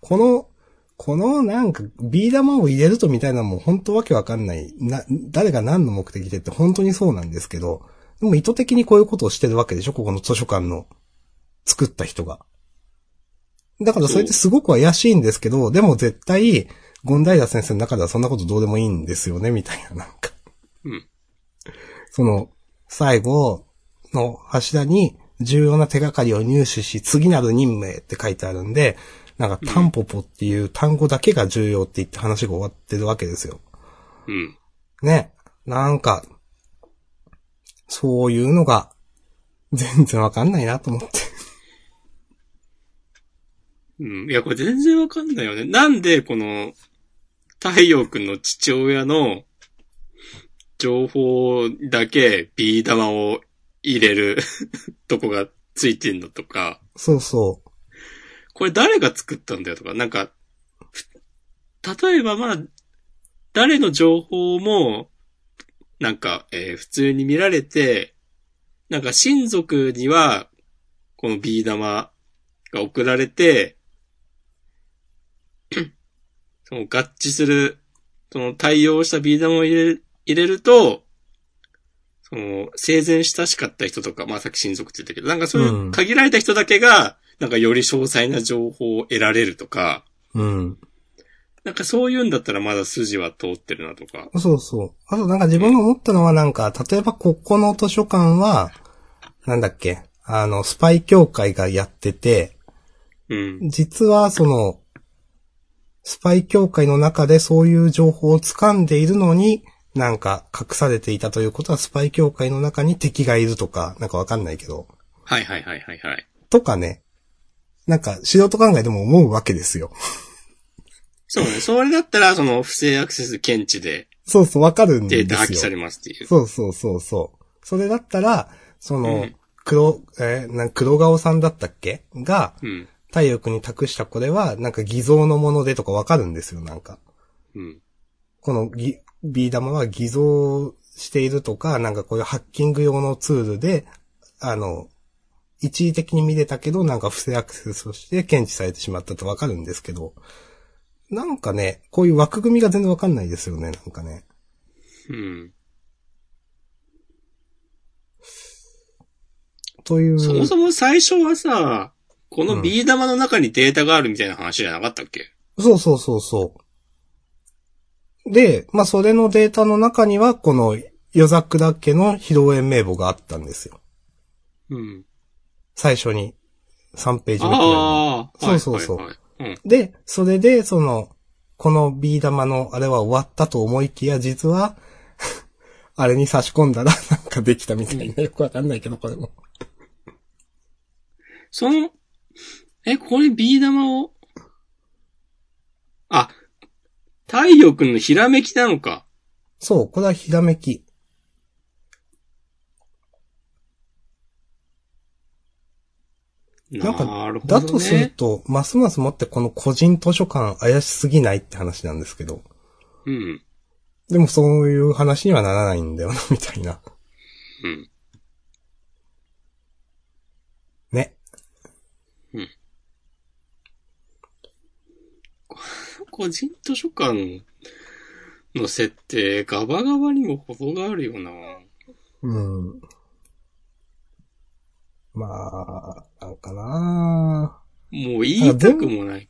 この、このなんかビー玉を入れるとみたいなのも本当わけわかんない。な、誰が何の目的でって本当にそうなんですけど、でも意図的にこういうことをしてるわけでしょここの図書館の作った人が。だからそれってすごく怪しいんですけど、でも絶対、ゴンダイダ先生の中ではそんなことどうでもいいんですよね、みたいな、なんか。
うん
その、最後の柱に、重要な手がかりを入手し、次なる任務へって書いてあるんで、なんか、タンポポっていう単語だけが重要って言って話が終わってるわけですよ。
うん。
ね。なんか、そういうのが、全然わかんないなと思って。
うん。いや、これ全然わかんないよね。なんで、この、太陽くんの父親の情報だけビー玉を入れる (laughs) とこがついてんのとか、
そうそう。
これ誰が作ったんだよとか、なんか、ふ例えばまあ、誰の情報も、なんか、えー普通に見られて、なんか親族には、このビー玉が送られて、 (clears throat) その合致する、その対応したビー玉を入れる入れると、その生前親しかった人とか、まあさっき親族って言ったけど、なんかそういう限られた人だけが、なんかより詳細な情報を得られるとか、
うん。
なんかそういうんだったらまだ筋は通ってるなとか。
そうそう。あとなんか自分が思ったのはなんか、例えばここの図書館は、なんだっけ、あの、スパイ協会がやってて、
うん。
実はその、スパイ協会の中でそういう情報を掴んでいるのに、なんか隠されていたということは、スパイ協会の中に敵がいるとか、なんかわかんないけど、
はいはいはいはいはい。
とかね、なんか素人考えでも思うわけですよ。
そうね。それだったら、その不正アクセス検知で
そうそう、わかるんですよ。
データ破棄されますっていう。
そうそうそうそう。それだったら、その、
うん
黒、えーなん黒顔さんだったっけが、
うん。
太陽君に託したこれは、なんか偽造のものでとかわかるんですよ、なんか。
うん。
このぎビー玉は偽造しているとか、なんかこういうハッキング用のツールで、あの、一時的に見れたけど、なんか不正アクセスをして検知されてしまったとわかるんですけど、なんかね、こういう枠組みが全然わかんないですよね、なんかね。
うん。
という。
そも
そ
そも最初はさ、このビー玉の中にデータがあるみたいな話じゃなかったっけ
うそうそうそう。で、まあ、それのデータの中には、この、夜桜家の披露宴名簿があったんですよ。
うん。
最初に。3ページ目くらいに
ああ、
そうそうそう
はいはいはい
で、それで、その、このビー玉のあれは終わったと思いきや、実は、 (laughs) あれに差し込んだら (laughs) なんかできたみたいな、よくわかんないけど、これも。
うん。その、え、これビー玉を、あ、太陽君のひらめきなのか。
そう、これはひらめき。
な
なんか、
るほど、
だ
ね。
とすると、ますますもってこの個人図書館怪しすぎないって話なんですけど。
うん。
でもそういう話にはならないんだよな、みたいな。
うん。
ね。
個人図書館の設定、ガバガバにも程があるよな。
うん。まあ、なんかな
もう言いたくもない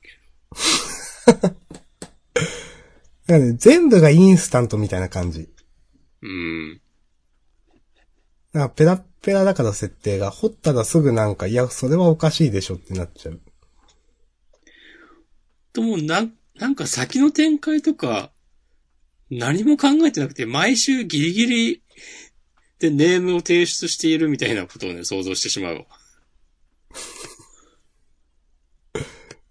け
だからね全部がインスタントみたいな感じ。
ど。うん。
なんかペラッペラだから設定が、掘ったらすぐなんか、いや、それはおかしいでしょってなっちゃう。
ともうなん、なんか先の展開とか、何も考えてなくて、毎週ギリギリでネームを提出しているみたいなことをね、想像してしまうわ。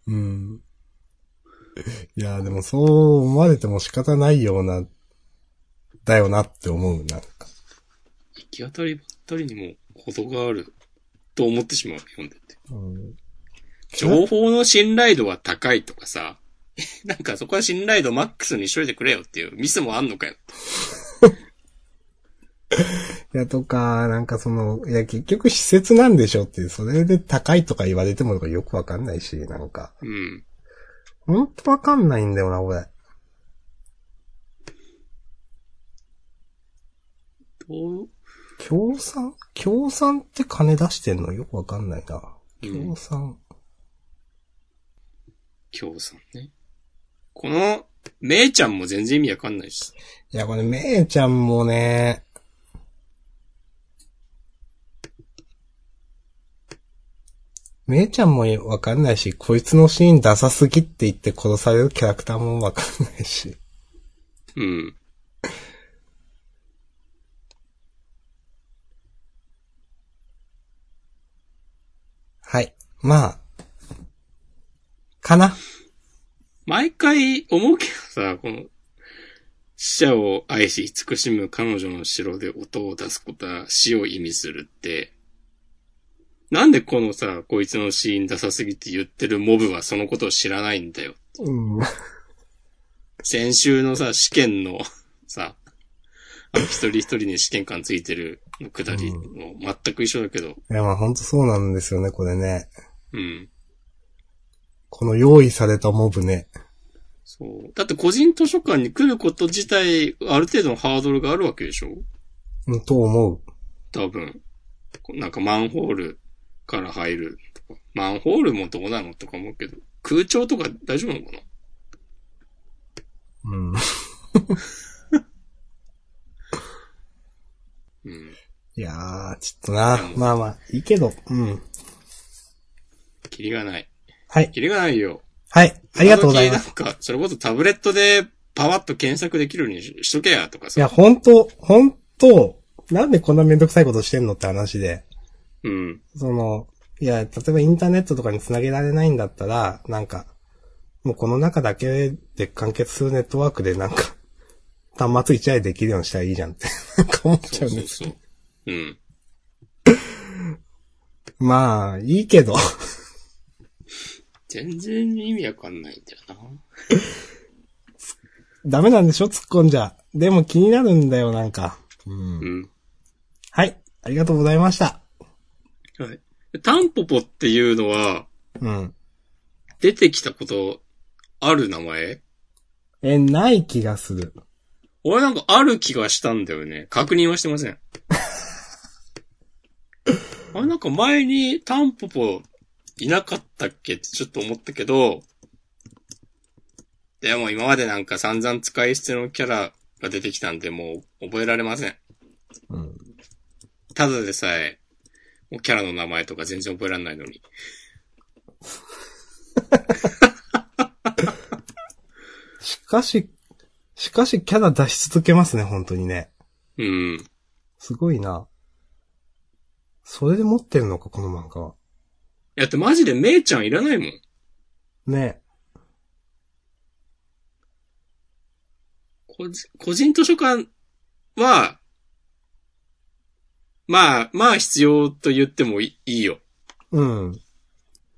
うん。 (laughs) いや、でもそう思われても仕方ないような、だよなって思う、なんか。
行き当たりばったりにも程があると思ってしまう、読んでて。
うん、
情報の信頼度は高いとかさ、 (laughs) なんかそこは信頼度マックスにしといてくれよっていうミスもあんのかよ。
いや、とか、なんかその、いや、結局施設なんでしょっていう、それで高いとか言われてもよくわかんないし、なんか。
うん。
ほんとわかんないんだよな、俺。
どう、
協賛協賛って金出してんのよくわかんないな。
うん
協賛。
今日さんね。この、めいちゃんも全然意味わかんないし。
いや、これ、めいちゃんもね、めいちゃんもわかんないし、こいつのシーンダサすぎって言って殺されるキャラクターもわかんないし。
うん。
はい。まあ、かな。
毎回思うけどさ、この、死者を愛し慈しむ彼女の城で音を出すことは死を意味するって、なんでこのさ、こいつのシーンダサすぎって言ってるモブはそのことを知らないんだよ。
うん。
先週のさ、試験のさ、あの一人一人に試験官ついてるのくだりも全く一緒だけど、
いや、まあほんとそうなんですよね、これね。
うん。
この用意されたモブね。
そう。だって個人図書館に来ること自体、ある程度のハードルがあるわけでしょ
うん、と思う。
多分。こうなんかマンホールから入るとか。マンホールもどうなのとか思うけど。空調とか大丈夫なのかな
うん。
うん。
いやー、ちょっとな。まあまあ、いいけど。うん。
キリがない。
はい。
キリがないよ。
はい。ありがとうございます
今。時なんか、それこそタブレットでパワッと検索できるようにししとけやとか
いや、
さ。
本当本当なんでこんなめんどくさいことしてんのって話で。
うん。
その、いや、例えばインターネットとかに繋げられないんだったら、なんか、もうこの中だけで完結するネットワークでなんか、端末一台できるようにしたらいいじゃんって、 (laughs) なんか思っち
そう
ゃうん
そ
で
う
す。
そう。うん。
まあ、いいけど。 (laughs)
全然意味わかんないんだよな。
ダメなんでしょ突っ込んじゃ。でも気になるんだよ、なんか。う
う
ん
ん。
はい。ありがとうございました。
はい。タンポポっていうのは、
うん。
出てきたこと、ある名前
え、ない気がする。
俺なんかある気がしたんだよね。確認はしてません。あれなんか前にタンポポいなかったっけってちょっと思ったけど、でも今までなんか散々使い捨てのキャラが出てきたんでもう覚えられません。
うん。
ただでさえ、もうキャラの名前とか全然覚えられないのに。
しかし、しかしキャラ出し続けますね、本当にね。
うん。
すごいな。それで持ってるのか、この漫画は。
だってマジでメイちゃんいらないもん。
ね
個人個人図書館は、まあ、まあ必要と言ってもいいいよ。
うん。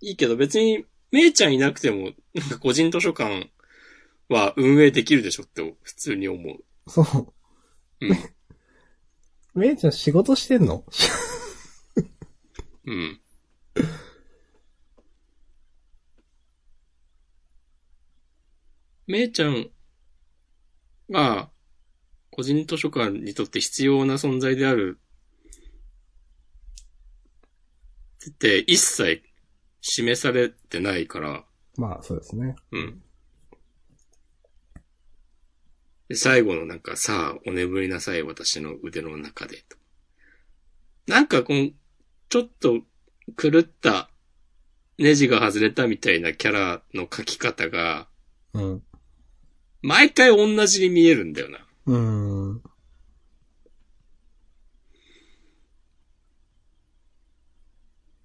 いいけど別に、めいちゃんいなくても、なんか個人図書館は運営できるでしょって普通に思う。
そう。
うん。
めいちゃん仕事してんの (laughs)
うん。めいちゃんが、個人図書館にとって必要な存在である、って一切示されてないから、
まあ、そうですね。
うん。で、最後のなんか、さあ、お眠りなさい、私の腕の中で、と。なんか、この、ちょっと、狂った、ネジが外れたみたいなキャラの描き方が、
うん。
毎回同じに見えるんだよな。
うーん。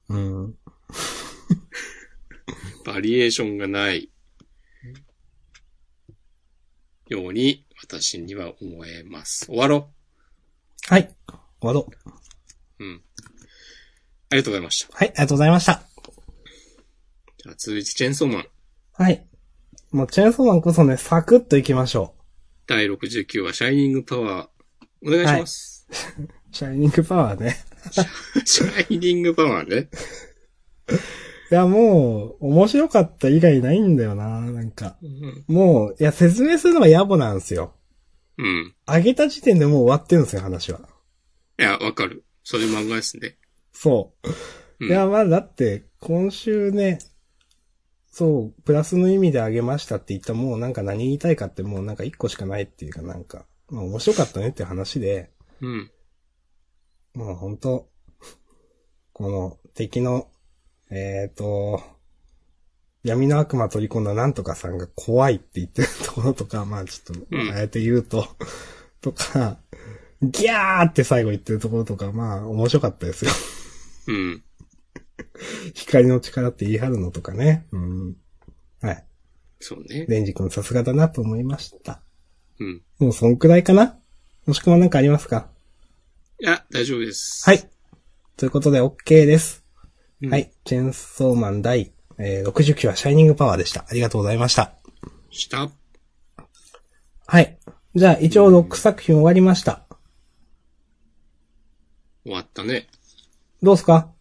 うん。
バリエーションがない、ように、私には思えます。終わろ
はい。終わろう。
う。うん。ありがとうございました。
はい、ありがとうございました。
じゃあ、続いて、チェンソーマン。
はい。もう、チェーンソーマンこそね、サクッといきましょ
第69話、シャイニングパワー。お願いします。
う。シャイニングパワーね。
シャイニングパワーね。
いや、もう、面白かった以外ないんだよな、なんか。
うん。
もう、いや、説明するのが野暮なんですよ。
うん。
上げた時点でもう終わってるんですよ、話は。
いや、わかる。そういう漫画ですね。
そう。
うん
いや、まあ、だって、今週ね、そう、プラスの意味であげましたって言ったもうなんか何言いたいかってもうなんか一個しかないっていうかなんか、まあ面白かったねっていう話で、
うん。
もうほんと、この敵の、えっ、と、闇の悪魔取り込んだなんとかさんが怖いって言ってるところとか、 (laughs) まあちょっと、
うん
あえて言うと、 (laughs) とか、ギャーって最後言ってるところとか、まあ面白かったですよ。 (laughs)
うん。
光の力って言い張るのとかね。うん。はい。
そうね。
レンジ君さすがだなと思いました。
うん。
もうそんくらいかなもしくは何かありますか
いや、大丈夫です。
は。い。ということで OK です。
うん
はい。チェーンソーマン第、えー69話シャイニングパワーでした。ありがとうございました。
した。
はい。じゃあ一応6作品終わりました。
終わったね。
どうすか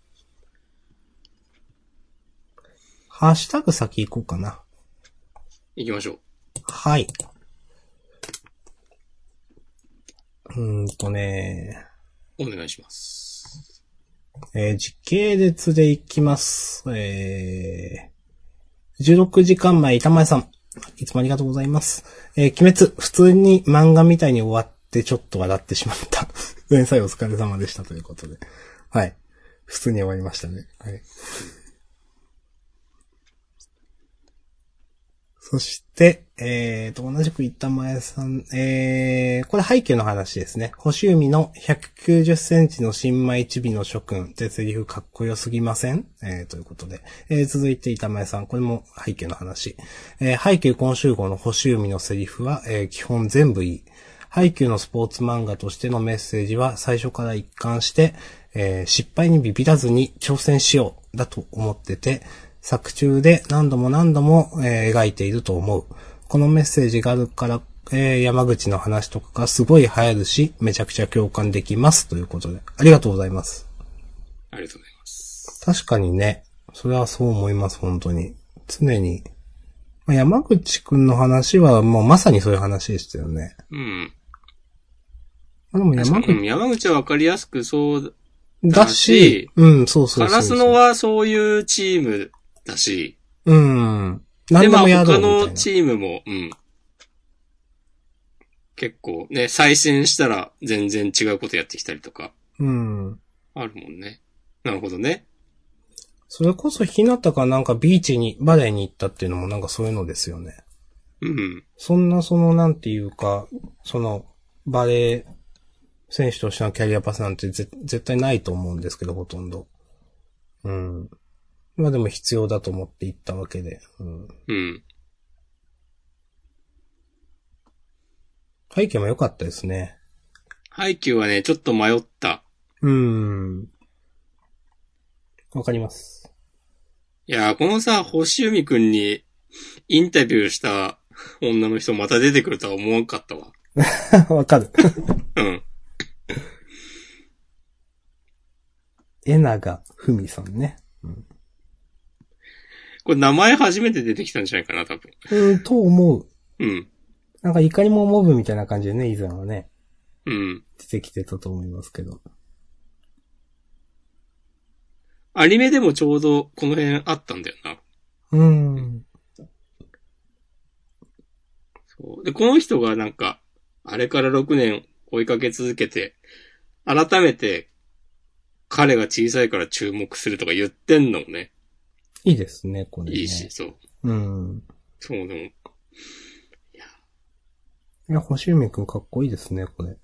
ハッシュタグ先行こうかな。
行きましょう。
はい。うーんとね、
お願いします。
えー時系列でいきます。えー、16時間前、板前さん。いつもありがとうございます。えー、鬼滅、普通に漫画みたいに終わってちょっと笑ってしまった。 (laughs) 前菜お疲れ様でしたということで。はい。普通に終わりましたね。はい。そして、えー、と、同じく板前さん、えー、これ背景の話ですね。星海の190センチの新米一尾の諸君ってセリフかっこよすぎませんえー、ということで。えー、続いて板前さん、これも背景の話。えー、背景今週号の星海のセリフは、えー、基本全部いい。ハイキューのスポーツ漫画としてのメッセージは最初から一貫して、えー失敗にビビらずに挑戦しようだと思ってて、作中で何度も何度も、えー描いていると思う。このメッセージがあるから、えー山口の話とかがすごい流行るし、めちゃくちゃ共感できますということで、ありがとうございます。
ありがとうございます。
確かにね、それはそう思います、本当に。常に。まあ山口くんの話は、もうまさにそういう話でしたよね。
うん。
まあでも
確か
山
にうん
口
山口はわかりやすくそう、
だし、うん、そうそうそうそう。
カラスノはそういうチームだし、
うん。
で、
何で
まあ
もやろ
他
うみたい
の
な。
チームも、うん。結構ね、再戦したら全然違うことやってきたりとか、
うん。
あるもんね。なるほどね。
それこそひなたがなんかビーチに、バレーに行ったっていうのもなんかそういうのですよね。
うん。
そんなそのなんていうか、そのバレー選手としてのキャリアパスなんてぜ絶対ないと思うんですけど、ほとんど。うん。まあでも必要だと思って行ったわけで。うん。
うん。
背景も良かったですね。
配球はね、ちょっと迷った。
うん。わかります。 (laughs)
いやー、このさ、星由美くんにインタビューした女の人また出てくるとは思わんかったわ。
わかる。
うん。
えながふみさんね。
これ名前初めて出てきたんじゃないかな、多分。
うん、と思う。
うん。
なんか怒りもモブみたいな感じでね、以前はね、
うん。
出てきてたと思いますけど。
アニメでもちょうどこの辺あったんだよな。
うん。
そうで、この人がなんか、あれから6年追いかけ続けて、改めて、彼が小さいから注目するとか言ってんのもね、
いいですね、これ、ね。
いいし、そう。
うん。
そう、でも、
いや、星海くんかっこいいですね、これ。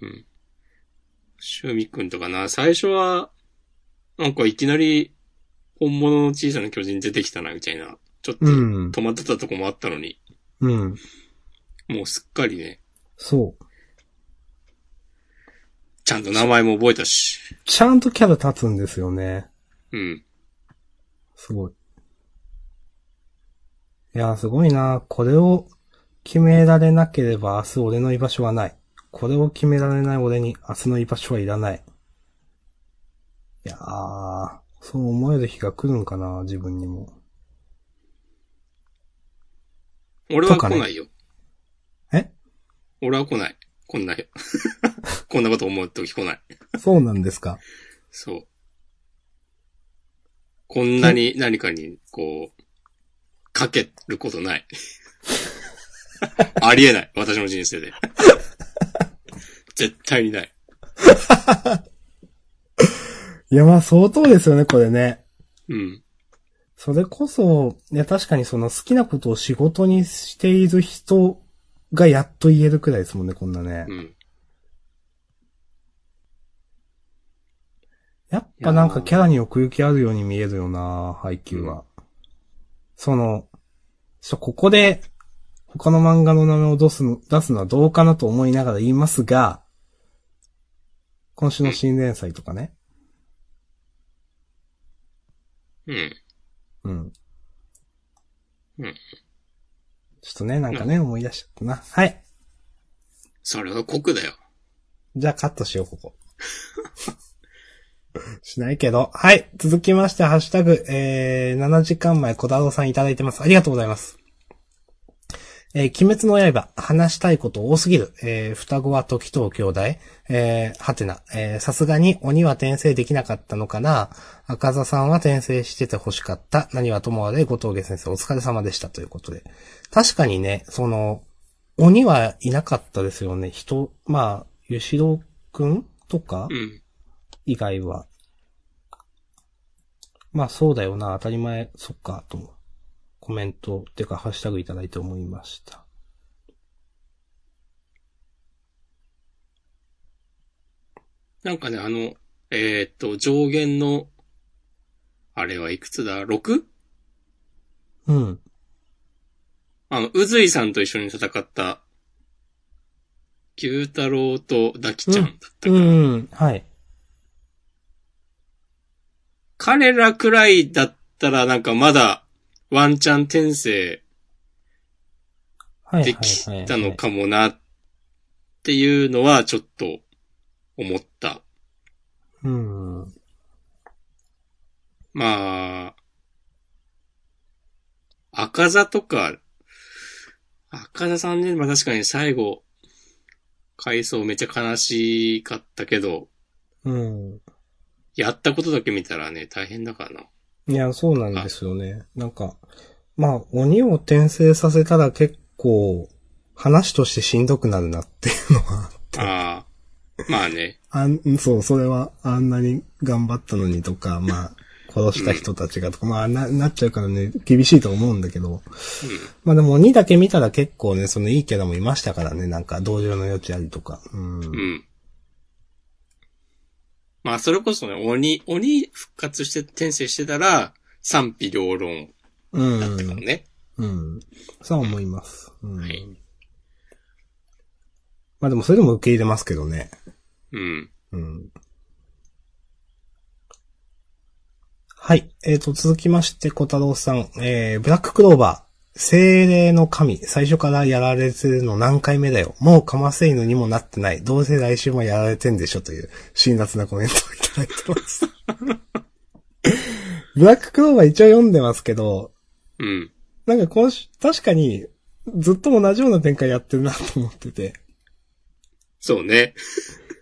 うん。シュミくんとかな、最初は、なんかいきなり、本物の小さな巨人出てきたな、みたいな。ちょっと、
ん。
止まってたとこもあったのに、
うん。
もうすっかりね、
そう。
ちゃんと名前も覚えたし。
ちゃんとキャラ立つんですよね。
うん。
すごい。いや、すごいな。これを決められなければ明日俺の居場所はない。これを決められない俺に明日の居場所はいらない。いやー、そう思える日が来るんかな、自分にも。
俺は
とか
来
ね
ないよ。
え
俺は来ない。こんな、 (laughs) こんなこと思うとき来ない。
そうなんですか。
そう。こんなに何かに、こう、かけることない。 (laughs) ありえない。私の人生で。 (laughs) 絶対にない。
いや、まあ相当ですよね、これね。
うん。
それこそ、いや確かにその好きなことを仕事にしている人がやっと言えるくらいですもんね、こんなね。
うん。
やっぱなんかキャラに奥行きあるように見えるよな、配給は。その、ちょ、ここで他の漫画の名前を出すの、出すのはどうかなと思いながら言いますが、今週の新連載とかね。
うん。
うん。
うん
ちょっとね、なんかね、思い出しちゃったな。はい。
それは酷だよ。
じゃあカットしよう、ここ。しないけど。はい。続きまして、ハッシュタグ、えー、7時間前、小太郎さんいただいてます。ありがとうございます。えー、鬼滅の刃、話したいこと多すぎる。えー、双子は時藤兄弟。えー、はてな。えー、さすがに鬼は転生できなかったのかな赤座さんは転生してて欲しかった。何はともあれ、後藤家先生お疲れ様でした。ということで。確かにね、その、鬼はいなかったですよね。人、まあ、吉郎くんとか
うん。
以外は。まあそうだよな、当たり前、そっか、と、コメント、てか、ハッシュタグいただいて思いました。
なんかね、あの、えーっと、上限の、あれはいくつだ ?6?
うん。
あの、うずいさんと一緒に戦った、九太郎とダキちゃんだったか
う
な。
ん、はい。
彼らくらいだったらなんかまだワンチャン転生
はい、はい
で
はい。
きたの。かもなっていうのはちょっと思った。
うん。
まあ、赤座とか、赤座さんね、まあ確かに最後、回想めっちゃ悲しかったけど、
うん。
やったことだけ見たらね、大変だからな。
いや、そうなんですよね。なんか、まあ、鬼を転生させたら結構、話としてしんどくなるなっていうのは、
(laughs) ああ。まあね。
あん、 (laughs) そう、それはあんなに頑張ったのにとか、まあ、殺した人たちがとか、まあな、なっちゃうからね、厳しいと思うんだけど。まあでも鬼だけ見たら結構ね、そのいいキャラもいましたからね、なんか同情の余地ありとか。うん。
うん。まあ、それこそね、鬼、鬼復活して、転生してたら、賛否両論
うん。
だったからね。
うん。そう思います。うん。
はい
まあでもそれでも受け入れますけどね。
うん。
うん。はい。えー、と、続きまして、小太郎さん。えー、ブラッククローバー。精霊の神。最初からやられてるの何回目だよ。もうかませ犬にもなってない。どうせ来週もやられてんでしょ。という、辛辣なコメントをいただいてます。 (laughs) ブラッククローバー一応読んでますけど、
うん。
なんか今週、確かに、ずっと同じような展開やってるなと思ってて。
そうね。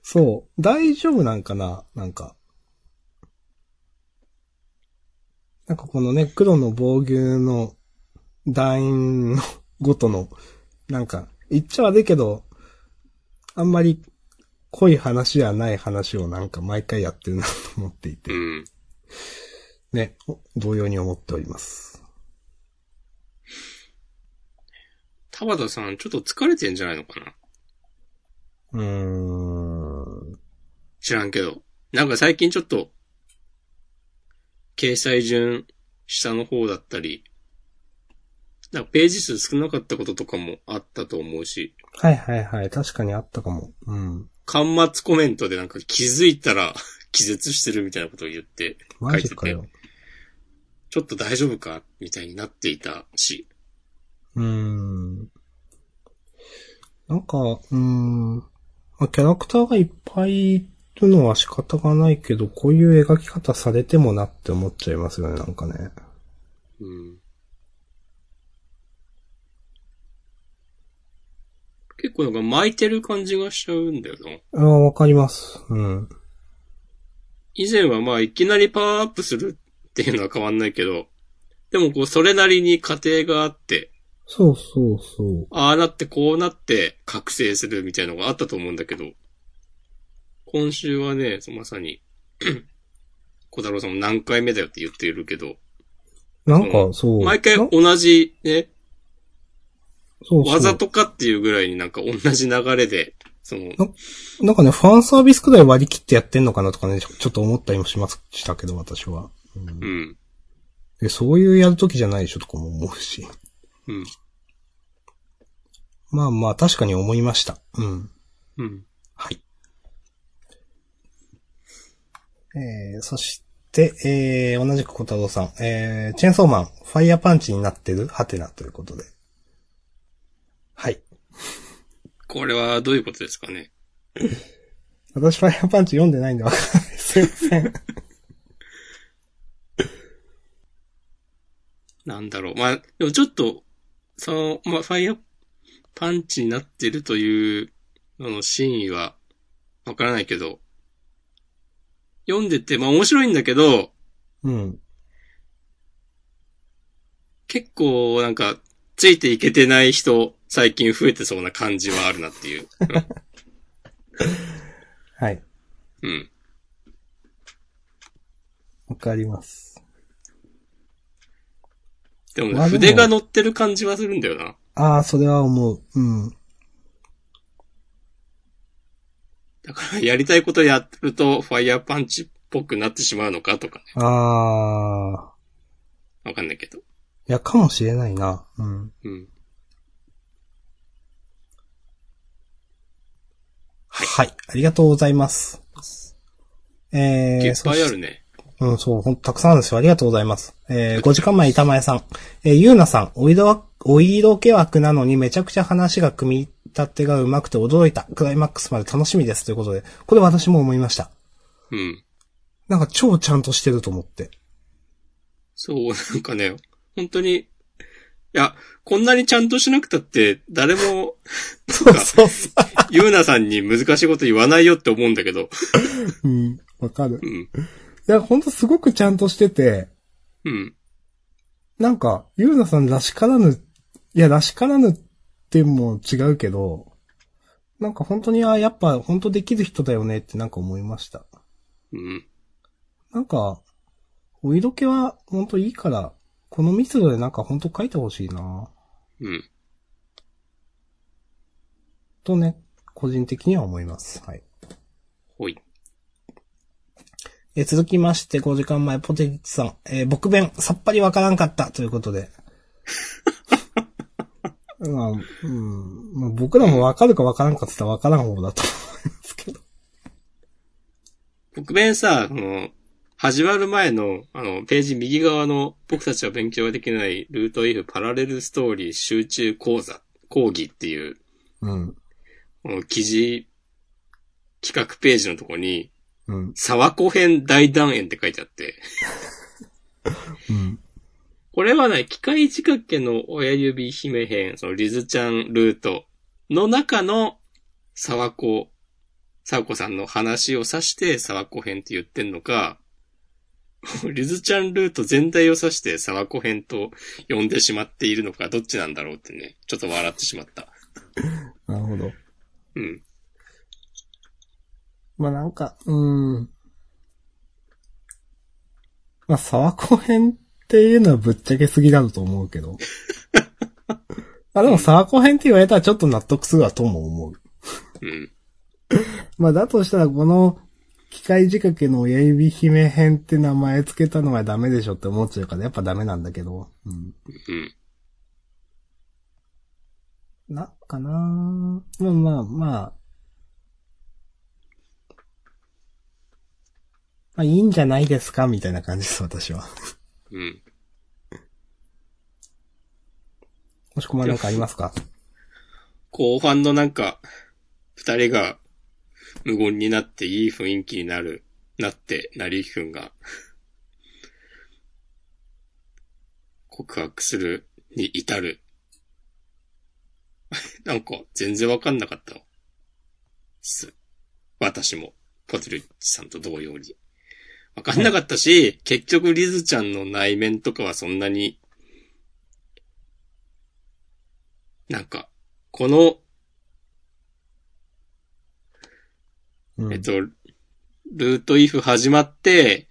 そう。大丈夫なんかななんか。なんかこのね、黒の防御の団員のごとの、なんか、言っちゃ悪いけど、あんまり濃い話やない話をなんか毎回やってるなと思っていて
う、ん。
ね、お同様に思っております。
田畑さん、ちょっと疲れてんじゃないのかな
うーん。
知らんけど。なんか最近ちょっと、掲載順、下の方だったり、なんかページ数少なかったこととかもあったと思うし、
はいはいはい。確かにあったかも。うん。
端末コメントでなんか気づいたら (laughs) 気絶してるみたいなことを言って、
マジかよ。
ちょっと大丈夫かみたいになっていたし。
うーん。なんか、うーん。まあキャラクターがいっぱいいるのは仕方がないけど、こういう描き方されてもなって思っちゃいますよね、なんかね。
うん、結構なんか巻いてる感じがしちゃうんだよな。
ああ、わかります。うん。
以前はまあいきなりパワーアップするっていうのは変わんないけど、でもこうそれなりに過程があって、
そうそうそう。
ああなってこうなって覚醒するみたいなのがあったと思うんだけど、今週はね、まさに、 (clears throat) 小太郎さんも何回目だよって言っているけど、
なんか、そう。
毎回
な
同じね、
そうそう
わざとかっていうぐらいになんか同じ流れで、その、
なんかね、ファンサービスくらい割り切ってやってんのかなとかね、ちょちょっと思ったりもしましたけど、私は。うん
うん、
え、そういうやるときじゃないでしょとかも思うし。
うん、
まあまあ、確かに思いました。うん。
うん。
はい。えー、そして、えー、同じく小太郎さん、えー、チェーンソーマン、ファイヤーパンチになってるハテナということで。はい。
これはどういうことですかね。
私ファイヤーパンチ読んでないんでわからない。すいませ
(laughs)
ん。
なんだろう。まあ、でもちょっと、その、まあ、ファイアパンチになってるというのの真意は、わからないけど、読んでて、まあ面白いんだけど、
うん。
結構なんか、ついていけてない人、最近増えてそうな感じはあるなっていう。
はい。
うん。
わかります。
でも、
ま
ね、
あでも
筆が乗ってる感じはするんだよな。
ああ、それは思う。うん。
だから、やりたいことやると、ファイヤーパンチっぽくなってしまうのかとかね。
ああ、
わかんないけど。
いや、かもしれないな。うん。
うん。
はい。ありがとうございます。えー、
いっぱいあるね。
うん、そう、ほんとたくさんあるんですよ。ありがとうございます。えー、5時間前、板前さん。えー、ゆうなさん、お色は、お色気枠なのにめちゃくちゃ話が組み立てが上手くて驚いた。クライマックスまで楽しみです。ということで、これ私も思いました。
うん。
なんか超ちゃんとしてると思って。
そう、なんかね、本当に、いや、こんなにちゃんとしなくたって、誰も、
そうそうそ
ゆうなさんに難しいこと言わないよって思うんだけど。
う。うん。わかる
う。ん。
いや、ほんとすごくちゃんとしてて、
うん。
なんか、ゆうなさんらしからぬ、いや、らしからぬっても違うけど、なんか本当に、あやっぱ本当できる人だよねってなんか思いました。
うん。
なんか、お色気は本当いいから、この密度でなんか本当書いてほしいな
うん。
とね、個人的には思います。はい。
ほい。
え続きまして、5時間前、ポテチさん。えー僕弁、さっぱりわからんかった、ということで。 (laughs) まあ、うん。まあ、僕らもわかるかわからんかって言ったらわからん方だと思いますけど。
僕弁さ、あの、始まる前の、あの、ページ右側の、僕たちは勉強ができない、ルートイフパラレルストーリー集中講座、講義っていう、
うん。
この記事、企画ページのとこに、
うん。
沢子編大断円って書いてあって、
うん。
これはね、機械仕掛けの親指姫編、そのリズちゃんルートの中の沢子、沢子さんの話を指して沢子編って言ってんのか、リズちゃんルート全体を指して沢子編と呼んでしまっているのか、どっちなんだろうってね、ちょっと笑ってしまった。
なるほど。
うん。
まあ、なんか、うん。まあ、沢子編っていうのはぶっちゃけすぎだろうと思うけど。あ、でも沢子編って言われたらちょっと納得するわとも思う。
うん。
まあ、だとしたら、この、機械仕掛けの親指姫編って名前つけたのはダメでしょって思っちゃうから、やっぱダメなんだけど。うん。
うん。
な、かなぁまあまあまあ。まあ、いいんじゃないですかみたいな感じです、私は。
うん。
もしこまなんかありますか
後半のなんか、二人が無言になっていい雰囲気になる、なって、なりゆきくんが、告白するに至る。 (laughs) なんか、全然わかんなかったわす。私も、ポテルッチさんと同様に。わかんなかったし、結局リズちゃんの内面とかはそんなに、なんか、この、
うん。
えっと、ルートイフ始まって、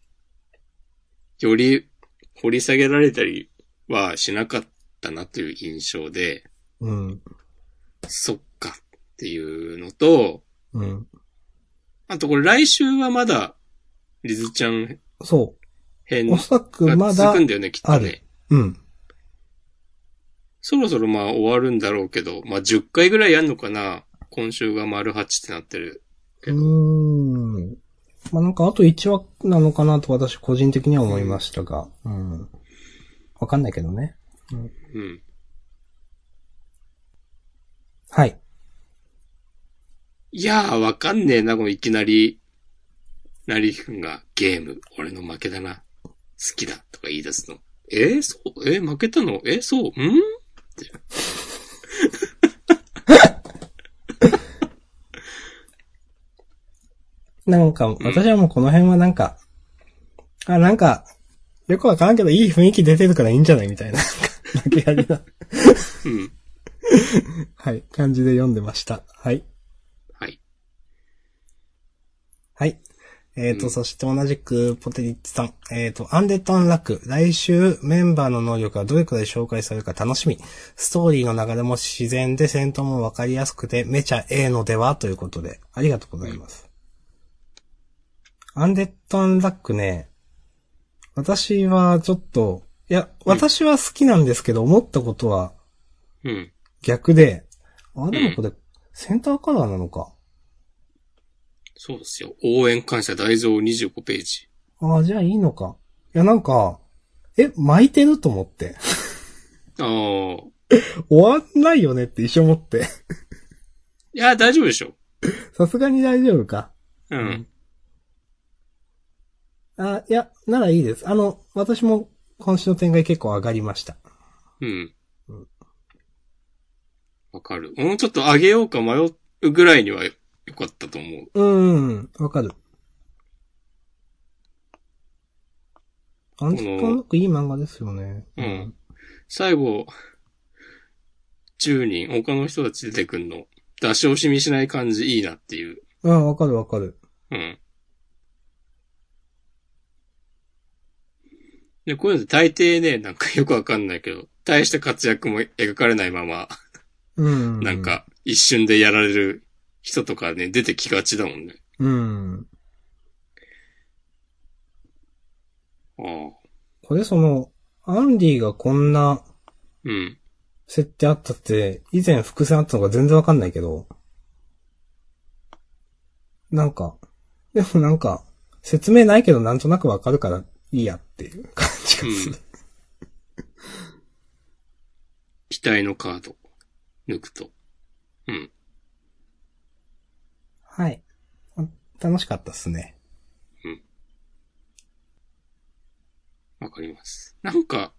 より掘り下げられたりはしなかったなという印象で、
うん。
そっかっていうのと、
うん。
あとこれ来週はまだ、リズちゃん
そ
編
う。お
が
そらくまだ
続く、んだよね、きっと
あ
ね
る。うん。
そろそろまあ終わるんだろうけど、まあ10回ぐらいやんのかな今週が丸8ってなってる。
うーん。まあ、なんかあと1話なのかなと私個人的には思いましたが。うん。わかんないけどね。
うん。
はい。
いやー、わかんねえな、このいきなり、なりひくんが、ゲーム、俺の負けだな。好きだ、とか言い出すの。えーそうえー負けたのえーそうんって。
なんか、私はもうこの辺はなんか、あ、なんか、よくわからんけど、いい雰囲気出てるからいいんじゃないみたいな、なんか投げやりな、
うん。
はい、感じで読んでました。はい。
はい。
はい。えっ、と、
うん
そして同じく、ポテリッチさん。えっ、と、アンデッド・アンラック。来週、メンバーの能力がどれくらい紹介されるか楽しみ。ストーリーの流れも自然で戦闘もわかりやすくて、めちゃええのではということで、ありがとうございます。アンデッド・アンラックね、私はちょっと、いや、私は好きなんですけど、思ったことは
うん。
逆で、あ、で
うん
もこれ、センターカラーなのか。
そうですよ。応援感謝大蔵25ページ。
ああ、じゃあいいのか。いや、なんか、え、巻いてると思って。 (laughs)
あー。
終わんないよねって一生思って。 (laughs)
いやー、大丈夫でしょ。
さすがに大丈夫か。
うん。
あ、いや、ならいいです。あの、私も今週の展開結構上がりました。
うん
うん。
わかる。もうちょっと上げようか迷うぐらいにはよかったと思う。
うん、わかる。アンティックンロックいい漫画ですよね。
うん。最後、10人、他の人たち出てくんの、出し惜しみしない感じいいなっていう。
うん。あわかるわかる。
うん。で、こういうのって大抵ね、なんかよくわかんないけど、大した活躍も描かれないまま、
うん。
なん。か一瞬でやられる人とかね、出てきがちだもんね。
うん。
ああ。
これその、アンディがこんな
うん。
設定あったって、以前伏線あったのが全然わかんないけど。なんか、でもなんか、説明ないけどなんとなくわかるからいいやっていう感じがする。
期待のカード、抜くと。うん。
はい。あ楽しかったっすね。
わかります。なんか、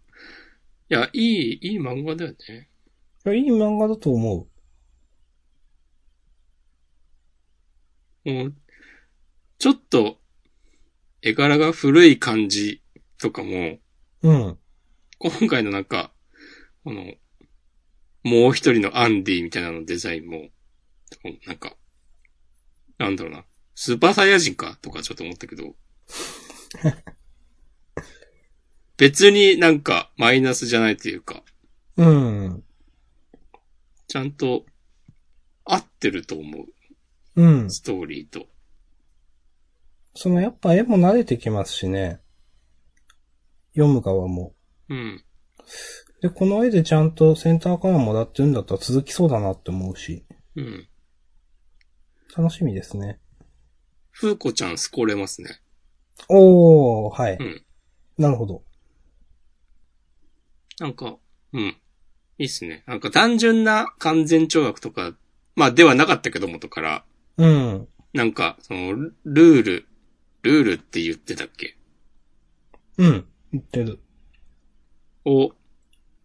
いや、いい、いい漫画だよね。
いやいい漫画だと思う。
もう、ちょっと、絵柄が古い感じとかも、
うん。
今回のなんか、この、もう一人のアンディみたいなのデザインも、なんか、なんだろうな、スーパーサイヤ人かとかちょっと思ったけど、別になんかマイナスじゃないというか、
うん。
ちゃんと合ってると思
うん
う、。ストーリーと。
そのやっぱ絵も慣れてきますしね。読む側も。
うん。
で、この絵でちゃんとセンターからもらってるんだったら続きそうだなって思うし、
うん。
楽しみですね。
フーコちゃん救われますね。
おー、はい。
うん
なるほど。
なんか、うん。いいっすね。なんか単純な完全懲悪とか、まあではなかったけど元から、
うん。
なんか、その、ルルール、ルールって言ってたっけ
うん。言ってる。
を、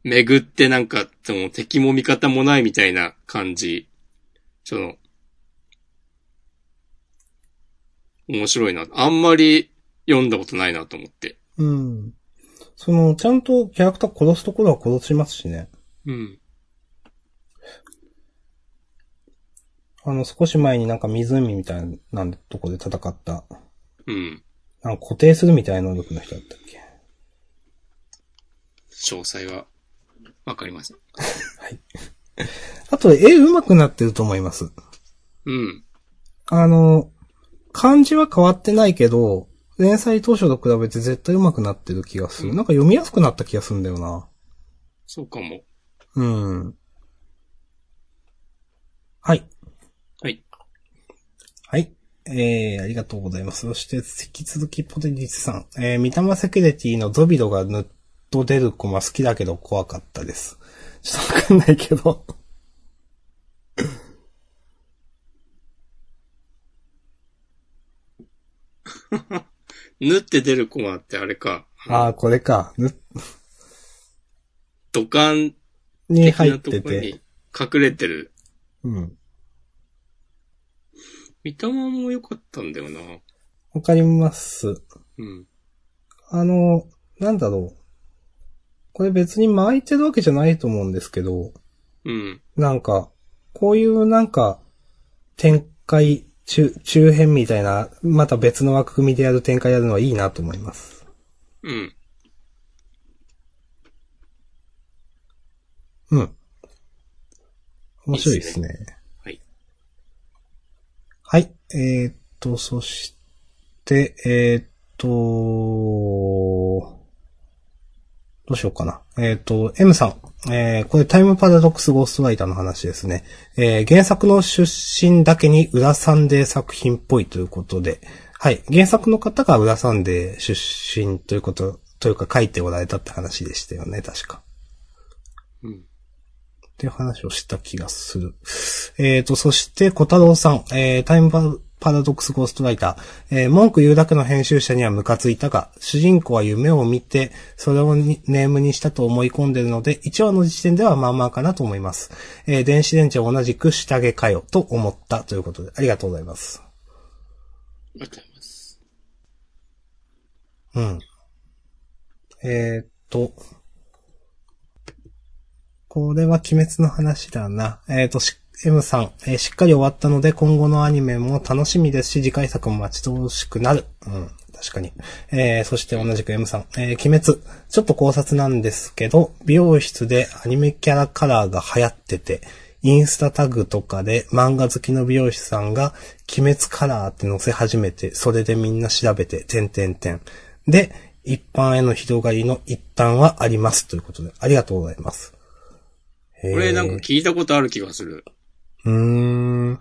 めぐってなんか、その、敵も味方もないみたいな感じ。その、面白いな。あんまり読んだことないなと思って。
うん。その、ちゃんとキャラクター殺すところは殺しますしね。
うん。
あの、少し前になんか湖みたいなとこで戦った、
うん。
なんか固定するみたいな能力の人だったっけ
詳細は、わかりません。
あと、絵上手くなってると思います。
うん。
あの、漢字は変わってないけど、連載当初と比べて絶対上手くなってる気がする。
うん
なんか読みやすくなった気がするんだよな。
そうかも。
うん。はい。
はい。
はい。えー、ありがとうございます。そして、引き続きポテリスさん。えー、三玉セキュリティのゾビドがぬっと出るコマ好きだけど怖かったです。ちょっとわかんないけど。
ぬって出るコマってあれか。
ああ、これか。ぬ、
土管
に
的
入っ
なと
て
こに
て。
隠れてる。
うん。
見たまも良かったんだよな。
わかります。
うん。
あの、なんだろう。これ別に巻いてるわけじゃないと思うんですけど、
うん。
なんか、こういうなんか、展開、中、中編みたいな、また別の枠組みでやる展開やるのはいいなと思います。
うん。
うん。面白いですね。
はい。
はい。えー、っと、そして、えー、っと、どうしようかな。えー、っと、M さん。えー、これタイムパラドックスゴーストライターの話ですね。えー、原作の出身だけに裏サンデー作品っぽいということで。はい。原作の方が裏サンデー出身ということ、というか書いておられたって話でしたよね、確か。
うん。
っていう話をした気がする。えーと、そして、小太郎さん、えー、タイムパパラドックスゴーストライター。えー文句有楽の編集者にはムカついたが、主人公は夢を見て、それをにネームにしたと思い込んでいるので、1話の時点ではまあまあかなと思います。えー電子レンジは同じく下着かよ、と思ったということで、ありがとうございます。
りがとうございます。
うん。えーっと。これは鬼滅の話だな。えーっと、し M さん、えーしっかり終わったので今後のアニメも楽しみですし、次回作も待ち遠しくなる。うん。確かに。えー、そして同じく M さん、えー、鬼滅。ちょっと考察なんですけど、美容室でアニメキャラカラーが流行ってて、インスタタグとかで漫画好きの美容師さんが、鬼滅カラーって載せ始めて、それでみんな調べて、点点点。で、一般への広がりの一端はあります。ということで、ありがとうございます。こ
これなんか聞いたことある気がする。
うーん。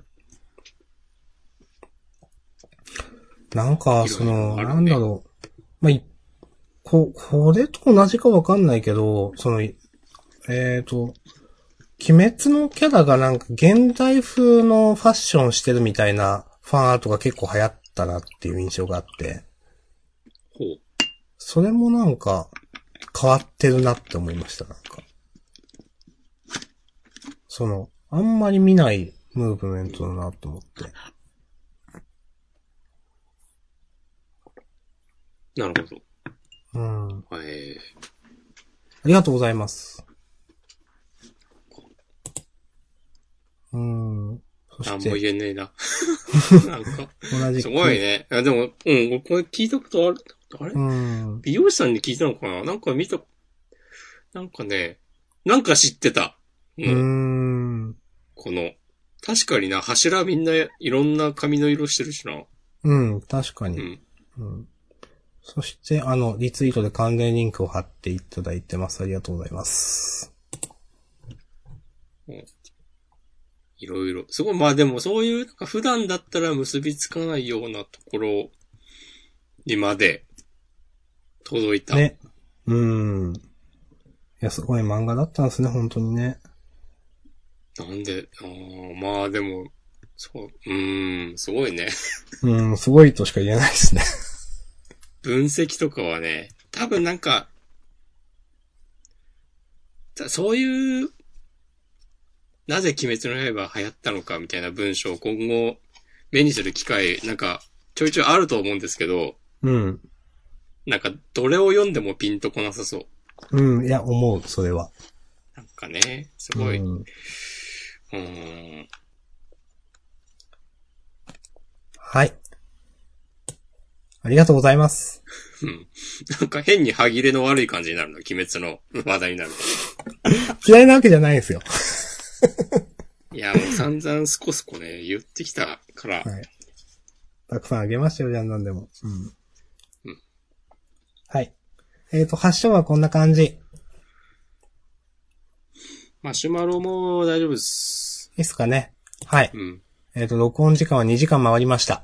なんか、その、
いろいろあ
な
る
ん
ね
だろう。まあ、いこ、これと同じかわかんないけど、その、いえっ、と、鬼滅のキャラがなんか現代風のファッションしてるみたいなファンアートが結構流行ったなっていう印象があって、
ほう。
それもなんか変わってるなって思いました、なんか。その、あんまり見ないムーブメントだなと思って。
なるほど。
うん。
えー、
ありがとうございます。うん。そ
なん
し
も
て、
言えねえ
(laughs)
な。なんか、
同じく
すごい。ね。あでも、うん、俺これ聞いたことある、あれ
うん。
美容師さんに聞いたのかななんか見た、なんかね、なんか知ってた。う。
うんん。
この、確かにな、柱みんないろんな髪の色してるしな。
うん、確か
う
に。
ん。
うん。そして、あの、リツイートで関連リンクを貼っていただいてます。ありがとうございます。
いろいろ。すごい、まあでもそういう、なんか普段だったら結びつかないようなところにまで届いた。
ね。うん。いや、すごい漫画だったんですね、本当にね。
なんで、あーまあでも、そう、うーん、すごいね。
うん、すごいとしか言えないですね。 (laughs)
分析とかはね、多分なんか、たそういう、なぜ鬼滅の刃流行ったのかみたいな文章を今後目にする機会、なんかちょいちょいあると思うんですけど、
うん。
なんかどれを読んでもピンとこなさそう。
うん、いや、思う、それは。
なんかね、すごい。う
うん。
ーん。
はい。ありがとうございます。
うんなんか変に歯切れの悪い感じになるの、鬼滅の話題になる
嫌いなわけじゃないですよ。
と。いや、もう散々スコスコね、言ってきたから、
はい。たくさんあげましたよ、じゃんなんでも。う
う
ん。
ん
はい。えっ、と、発祥はこんな感じ。
マシュマロも大丈夫です。
ですかね。はい。
うん。
えっ、と、録音時間は2時間回りました。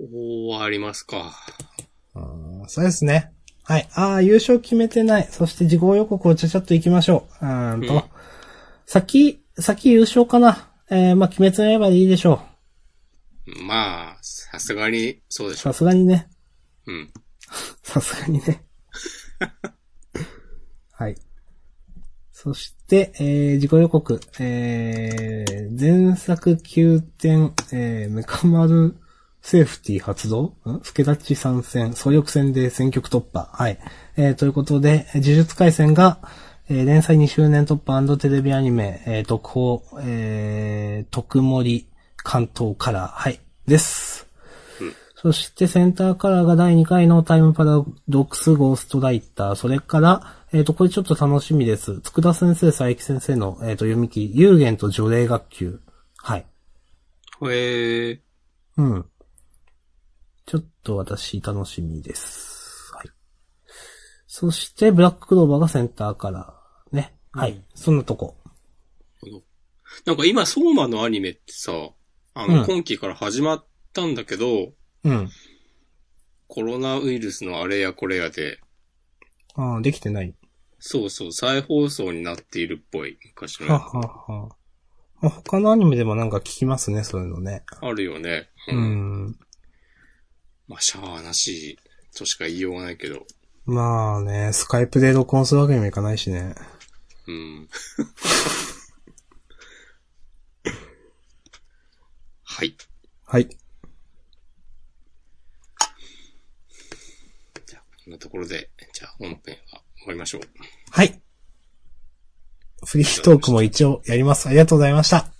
おー、ありますか。
うーんそうですね。はい。ああ、優勝決めてない。そして、事後予告をちゃちゃっと行きましょう。うーんと。
うん
先、先優勝かな。えー、まあ、鬼滅の刃でいいでしょ
まあ、さすがに、そうで
う。
しょ
さすがにね。
う。うん。
さすがにね。 (laughs) はい。そして、えー、自己予告。えー、前作9点、えー、メカ丸セーフティ発動んスケダッチ参戦、総力戦で戦局突破。はい。えー、ということで、えー呪術回戦が、えー、連載2周年突破テレビアニメ、えー、特報、えー、特盛関東カラー。はい。です。そしてセンターカラーが第2回のタイムパラドックスゴーストライター。それから、えっ、と、これちょっと楽しみです。佃先生、佐伯先生の、えっ、と、読み切り、幽玄と除霊学級。はい。
へえ。
うん。ちょっと私楽しみです。はい。そして、ブラッククローバーがセンターカラー。ね。はい。
うん
そんなとこ。
なんか今、相馬のアニメってさ、あ
うん
の、今期から始まったんだけど、
うん。
コロナウイルスのあれやこれやで、
ああ、できてない。
そうそう、再放送になっているっぽい、昔の
は
やつ。
はは。まあ、他のアニメでもなんか聞きますね、そういうのね。
あるよね。
うん。
まあ、シャアなしとしか言いようがないけど。
まあね、スカイプで録音するわけにもいかないしね。
うん。 (laughs) はい。
はい。
じゃあ、こんなところで、じゃあ本編は終わりましょう。
はい。フリートークも一応やります。ありがとうございました。